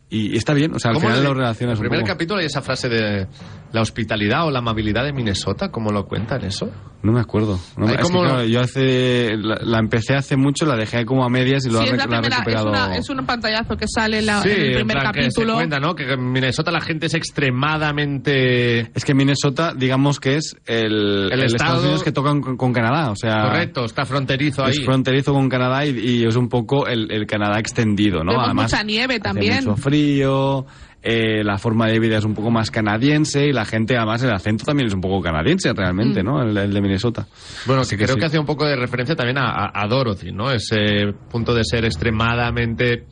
D: Y, y está bien, o sea, al
B: ¿Cómo
D: final
B: le-
D: lo relacionas
B: El
D: un
B: primer
D: poco.
B: capítulo hay esa frase de la hospitalidad o la amabilidad de Minnesota, ¿cómo lo cuentan eso?
D: No me acuerdo. No me-
B: Ay,
D: es que,
B: ¿cómo no?
D: claro, yo hace, la, la empecé hace mucho, la dejé como a medias y lo
C: Sí,
D: ha
C: es la
D: rec- la ha
C: primera, es,
D: recuperado.
C: una, es un pantallazo que sale en, la- en el
B: en
C: primer
B: plan, que se
C: capítulo.
B: cuenta, ¿no? Que en Minnesota la gente es extremadamente...
D: Es que Minnesota, digamos que es
B: El
D: el, el
B: estado-
D: Estados Unidos que tocan con, con Canadá, o sea,
B: Correcto, está fronterizo ahí.
D: es fronterizo con Canadá y, y es un poco el, el Canadá extendido, ¿no?
C: Vemos
D: Además,
C: mucha nieve
D: hace
C: también.
D: mucho frío, eh, la forma de vida es un poco más canadiense y la gente, además, el acento también es un poco canadiense
C: Mm.
D: realmente, ¿no? El, el de Minnesota.
B: Bueno,
D: Así
B: que creo
D: sí.
B: que hace un poco de referencia también a, a- a Dorothy, ¿no? Ese punto de ser extremadamente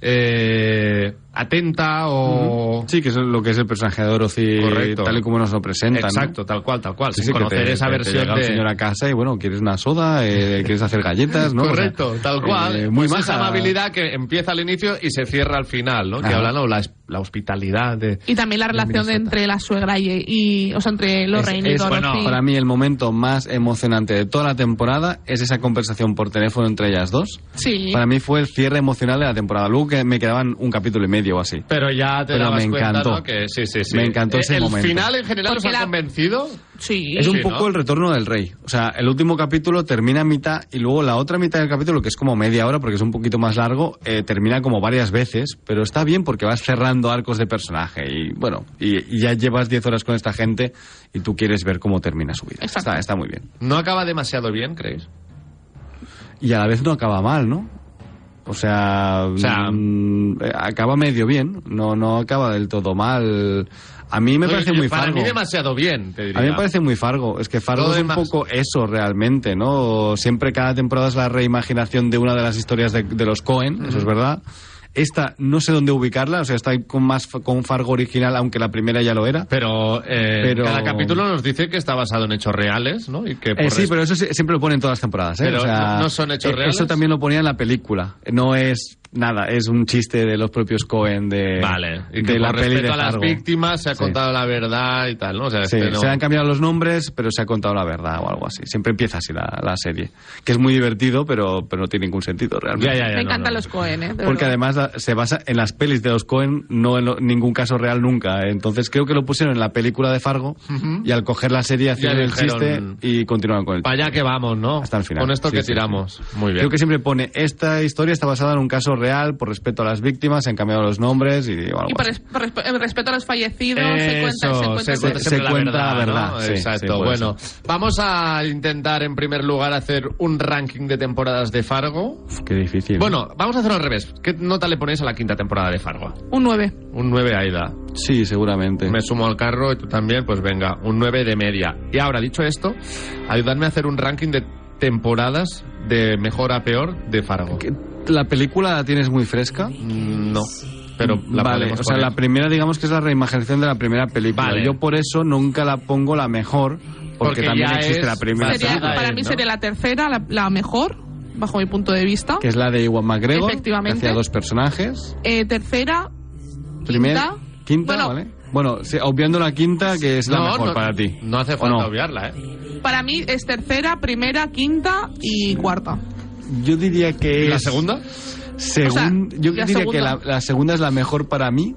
B: eh, atenta o...
D: Sí, que eso es lo que es el personaje de Dorothy,
B: Correcto.
D: tal y como nos lo presentan. ¿no?
B: Exacto, tal cual, tal cual.
D: Sí,
B: sin
D: sí, que
B: conocer
D: te-
B: esa
D: te- te
B: versión
D: llega el
B: de...
D: señor a casa y bueno, quieres una soda, Eh, quieres hacer galletas, ¿no? O sea,
B: Correcto, tal cual.
D: eh, muy
B: Pues esa
D: maja.
B: amabilidad que empieza al inicio y se cierra al final, ¿no? Que
D: Ajá.
B: habla, ¿no? La, la hospitalidad de...
C: Y también la
B: de
C: relación de
B: Minnesota.
C: entre la suegra y, y- o sea, entre los
D: Es-
C: reinos
D: es, bueno, para mí el momento más emocionante de toda la temporada es esa conversación por teléfono entre ellas dos.
C: Sí.
D: Para mí fue el cierre emocional de la temporada. Luego que me quedaban un capítulo y medio o así.
B: Pero ya te
D: Pero
B: dabas
D: me
B: cuenta,
D: encantó.
B: ¿no? Que sí, sí, sí.
D: Me encantó
B: Eh,
D: ese
B: el
D: momento.
B: final en general os
C: Porque
B: ha
C: la-
B: convencido.
C: Sí.
D: Es un
B: Sí,
D: poco
B: ¿no?
D: el retorno del rey. O sea, el último capítulo termina a mitad y luego la otra mitad del capítulo, que es como media hora porque es un poquito más largo, eh, termina como varias veces, pero está bien porque vas cerrando arcos de personaje y bueno, y, y ya llevas 10 horas con esta gente y tú quieres ver cómo termina su vida.
C: Exacto.
D: Está, está muy bien.
B: No acaba demasiado bien, ¿creéis?
D: y a la vez no acaba mal, ¿no? O sea,
B: sea-
D: mm, eh, acaba medio bien, no, no acaba del todo mal. A mí me
B: No,
D: parece
B: yo-
D: muy
B: Para
D: fargo.
B: mí demasiado bien, te diría.
D: A mí me parece muy Fargo. Es que Fargo
B: Todo
D: es un
B: demás.
D: poco eso realmente, ¿no? Siempre cada temporada es la reimaginación de una de las historias de, de los Cohen, eso es verdad. Esta no sé dónde ubicarla, o sea, está con más fa- con Fargo original, aunque la primera ya lo era.
B: Pero, eh,
D: Pero-
B: cada capítulo nos dice que está basado en hechos reales, ¿no? Y que por
D: Eh, sí,
B: res-
D: pero eso sí- siempre lo ponen todas las temporadas. ¿eh?
B: Pero
D: O sea,
B: no- no son hechos
D: eh,
B: reales.
D: Eso también lo ponía en la película. No es nada, es un chiste de los propios Cohen de,
B: Vale, y que
D: de la
B: por
D: peli de
B: respeto a las
D: Fargo.
B: víctimas se ha
D: Sí.
B: contado la verdad y tal, ¿no? O sea,
D: Sí,
B: este no-
D: se han cambiado los nombres, pero se ha contado la verdad o algo así. Siempre empieza así la, la serie. Que es muy divertido, pero, pero no tiene ningún sentido realmente.
B: Ya, ya, ya,
C: Me
B: no,
C: encantan
B: no.
C: los Cohen, ¿eh? De
D: Porque
C: verdad.
D: además la- se basa en las pelis de los Cohen, no en lo- ningún caso real nunca. Entonces creo que lo pusieron en la película de Fargo y al coger la serie hacían el
B: dijeron,
D: chiste y continuaron con el
B: Para allá que vamos, ¿no?
D: Hasta el final.
B: Con esto
D: Sí,
B: que
D: sí,
B: tiramos. Muy bien.
D: Creo que siempre pone, esta historia está basada en un caso real, por respeto a las víctimas, se han cambiado los nombres y digo, algo
C: Y por,
D: así.
C: res- por resp- eh, respeto a los fallecidos, se
B: Eso,
C: cuenta, se cuenta
B: se cuenta
D: se-
B: siempre
D: se cuenta
B: la
D: la
B: verdad.
D: verdad,
B: ¿no?
D: sí,
B: Exacto.
D: sí, puede
B: bueno, vamos a intentar en primer lugar hacer un ranking de temporadas de Fargo.
D: Uf, Qué difícil.
B: Bueno, vamos a hacerlo al revés. ¿Qué nota le ponéis a la quinta temporada de Fargo?
C: un 9.
B: Un 9 Aida.
D: Sí, seguramente.
B: Me sumo al carro y tú también, pues venga, un 9 de media. Y ahora, dicho esto, ayudadme a hacer un ranking de temporadas de mejor a peor de Fargo.
D: Que- ¿La película la tienes muy fresca?
B: Mm, No, pero la
D: vale,
B: podemos
D: o sea,
B: poner.
D: la primera digamos que es la reimaginación de la primera película.
B: Vale.
D: Yo por eso nunca la pongo la mejor, porque,
B: Porque
D: también
B: ya
D: existe
B: es
D: la primera,
B: basada
C: Sería,
B: saga
C: para
B: es,
C: mí
B: ¿no?
C: sería la tercera, la, la mejor, bajo mi punto de vista.
D: que es la de Iwan McGregor,
C: Efectivamente.
D: que hacía dos personajes.
C: Eh, tercera,
D: Primera,
C: quinta,
D: quinta,
C: bueno,
D: ¿vale? Bueno, sí, obviando la quinta, que es la
B: No,
D: mejor
B: no-
D: para ti.
B: No hace
D: ¿o
B: falta
D: no?
B: obviarla, ¿eh?
C: para mí es tercera, primera, quinta y cuarta.
D: Yo diría que
B: ¿La
D: es-
B: segunda?
D: Según,
C: O sea,
D: yo
C: la
D: diría
C: segunda.
D: que la, la segunda es la mejor para mí.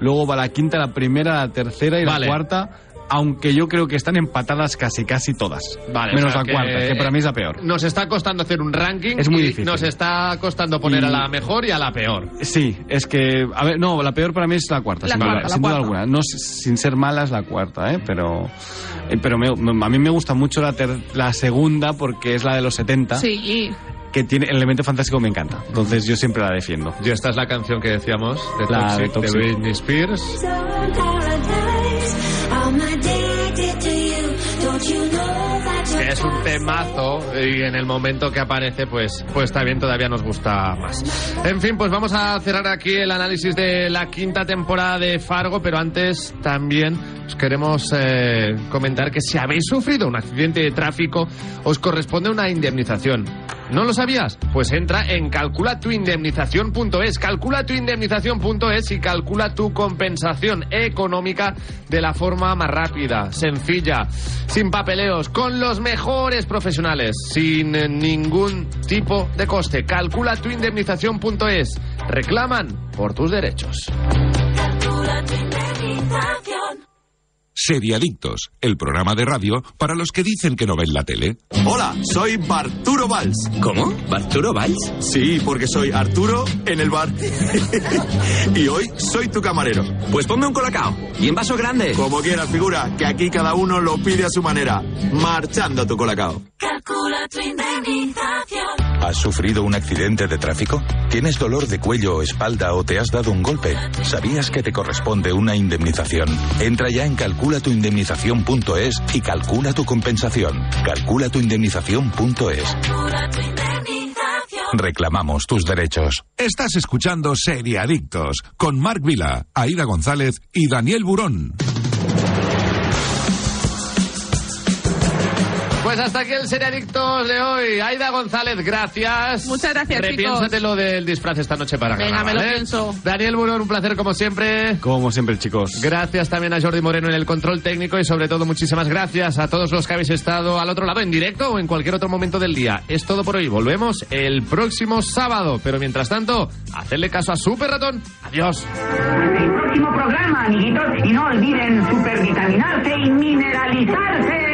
D: Luego va la quinta, la primera, la tercera y
B: Vale.
D: la cuarta. Aunque yo creo que están empatadas casi, casi todas.
B: Vale,
D: Menos
B: o sea
D: la cuarta, que para mí es la peor.
B: Nos está costando hacer un ranking.
D: Es muy
B: y
D: difícil.
B: Nos está costando poner
D: Y-
B: a la mejor y a la peor.
D: Sí, es que. A ver, no, la peor para mí es la cuarta,
C: La
D: sin,
C: cuarta,
D: duda,
C: la
D: sin duda
C: cuarta.
D: alguna. No, s- sin ser mala es la cuarta, ¿eh? Pero, eh, pero me- me- a mí me gusta mucho la, ter- la segunda porque es la de los 70,
C: Sí, y
D: que tiene el elemento fantástico me encanta. Entonces yo siempre la defiendo.
B: Y esta es la canción que decíamos de,
D: La
B: Toxic,
D: de Toxic.
B: Britney Spears.
G: Some paradise. I'm addicted to you. Don't you know that
B: Que
G: you're
B: es un temazo y en el momento que aparece, pues, pues también todavía nos gusta más. En fin, pues vamos a cerrar aquí el análisis de la quinta temporada de Fargo, pero antes también os queremos eh, comentar que si habéis sufrido un accidente de tráfico, os corresponde una indemnización. ¿No lo sabías? Pues entra en calculatuindemnización.es, calculatuindemnización.es y calcula tu compensación económica de la forma más rápida, sencilla, sin papeleos, con los mejores profesionales, sin eh, ningún tipo de coste. Calculatuindemnización.es. Reclaman por tus derechos.
A: Seriadictos, el programa de radio para los que dicen que no ven la tele.
F: Hola, soy Barturo Valls.
E: ¿Cómo? ¿Barturo Valls?
F: Sí, porque soy Arturo en el bar. y hoy soy tu camarero.
E: Pues ponme un colacao. Y en vaso grande.
F: Como quieras, figura, que aquí cada uno lo pide a su manera. Marchando tu colacao.
G: Calcula tu indemnización.
H: ¿Has sufrido un accidente de tráfico? ¿Tienes dolor de cuello o espalda o te has dado un golpe? ¿Sabías que te corresponde una indemnización? Entra ya en calculatuindemnización.es y calcula tu compensación. Calculatuindemnización.es. Reclamamos tus derechos.
A: Estás escuchando Seriadictos con Marc Vila, Aida González y Daniel Burón.
B: Pues hasta aquí el Seriadictos de hoy. Aida González, gracias.
C: Muchas gracias,
B: Repiénsate
C: chicos.
B: lo del disfraz esta noche para
C: Venga,
B: ganar,
C: me lo
B: ¿vale?
C: pienso.
B: ¿eh? Daniel Burón, un placer como siempre.
D: Como siempre, chicos.
B: Gracias también a Jordi Moreno en el control técnico y sobre todo muchísimas gracias a todos los que habéis estado al otro lado en directo o en cualquier otro momento del día. Es todo por hoy. Volvemos el próximo sábado. Pero mientras tanto, hacedle caso a Super Ratón. Adiós.
J: Hasta el próximo programa, amiguitos, y no olviden supervitaminarse y mineralizarse.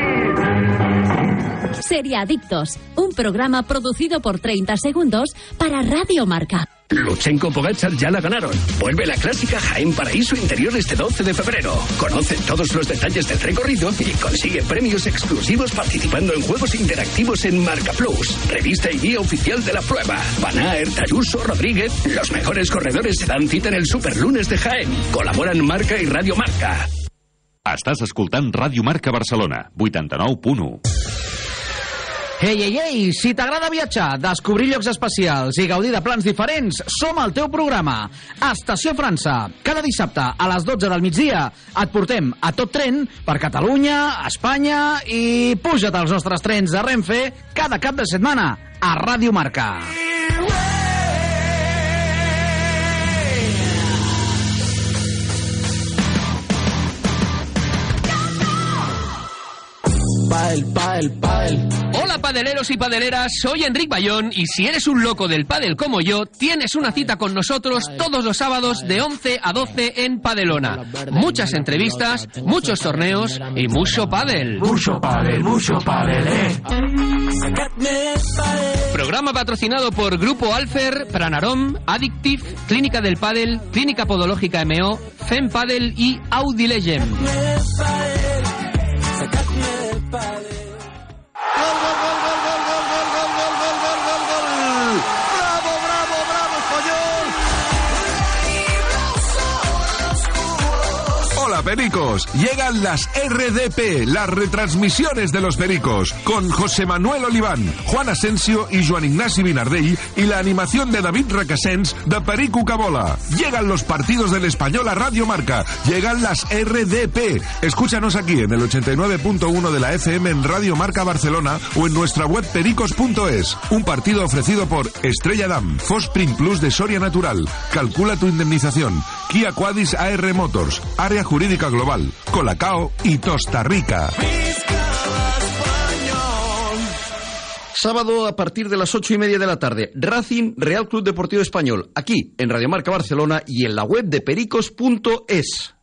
G: Sería Adictos, un programa producido por 30 segundos para Radio Marca.
K: Luchenko Pogachar ya la ganaron. Vuelve la clásica Jaén Paraíso Interior este 12 de febrero. Conoce todos los detalles del recorrido y consigue premios exclusivos participando en juegos interactivos en Marca Plus, revista y guía oficial de la prueba. Paná, Ertayuso, Rodríguez, los mejores corredores se dan cita en el Superlunes de Jaén. Colaboran Marca y Radio Marca.
L: Estàs escoltant Ràdio Marca Barcelona, 89.1.
M: Ei, ei, ei, si t'agrada viatjar, descobrir llocs especials i gaudir de plans diferents, som al teu programa. Estació França. Cada dissabte a les 12 del migdia et portem a tot tren per Catalunya, Espanya i puja't als nostres trens de Renfe cada cap de setmana a Ràdio Marca.
B: Padel, padel, padel. Hola padeleros y padeleras, soy Enric Bayón y si eres un loco del padel como yo, tienes una cita con nosotros todos los sábados de 11 a 12 en Padelona. Muchas entrevistas, muchos torneos y mucho padel. Mucho padel, mucho eh. padel, Programa patrocinado por Grupo Alfer, Pranarom, Addictive, Clínica del Padel, Clínica Podológica MO, FEM Padel y Audi Legend.
N: ¡Bravo, bravo, bravo,
A: Hola pericos, llegan las RDP, las retransmisiones de los pericos, con José Manuel Oliván, Juan Asensio y Joan Ignasi Vinardell y la animación de David Requesens de Perico Cabola. Llegan los partidos del español a Radio Marca, llegan las RDP. Escúchanos aquí en el 89.1 de la FM en Radio Marca Barcelona o en nuestra web pericos.es. Un partido ofrecido por Estrella Damm, Fosprin Plus de Soria Natural, Calcula tu indemnización, Kia Quadis AR Motors, Área Jurídica Global, Colacao y Costa Rica.
O: Sábado a partir de las ocho y media de la tarde, Racing Real Club Deportivo Español, aquí en Radiomarca Barcelona y en la web de pericos.es.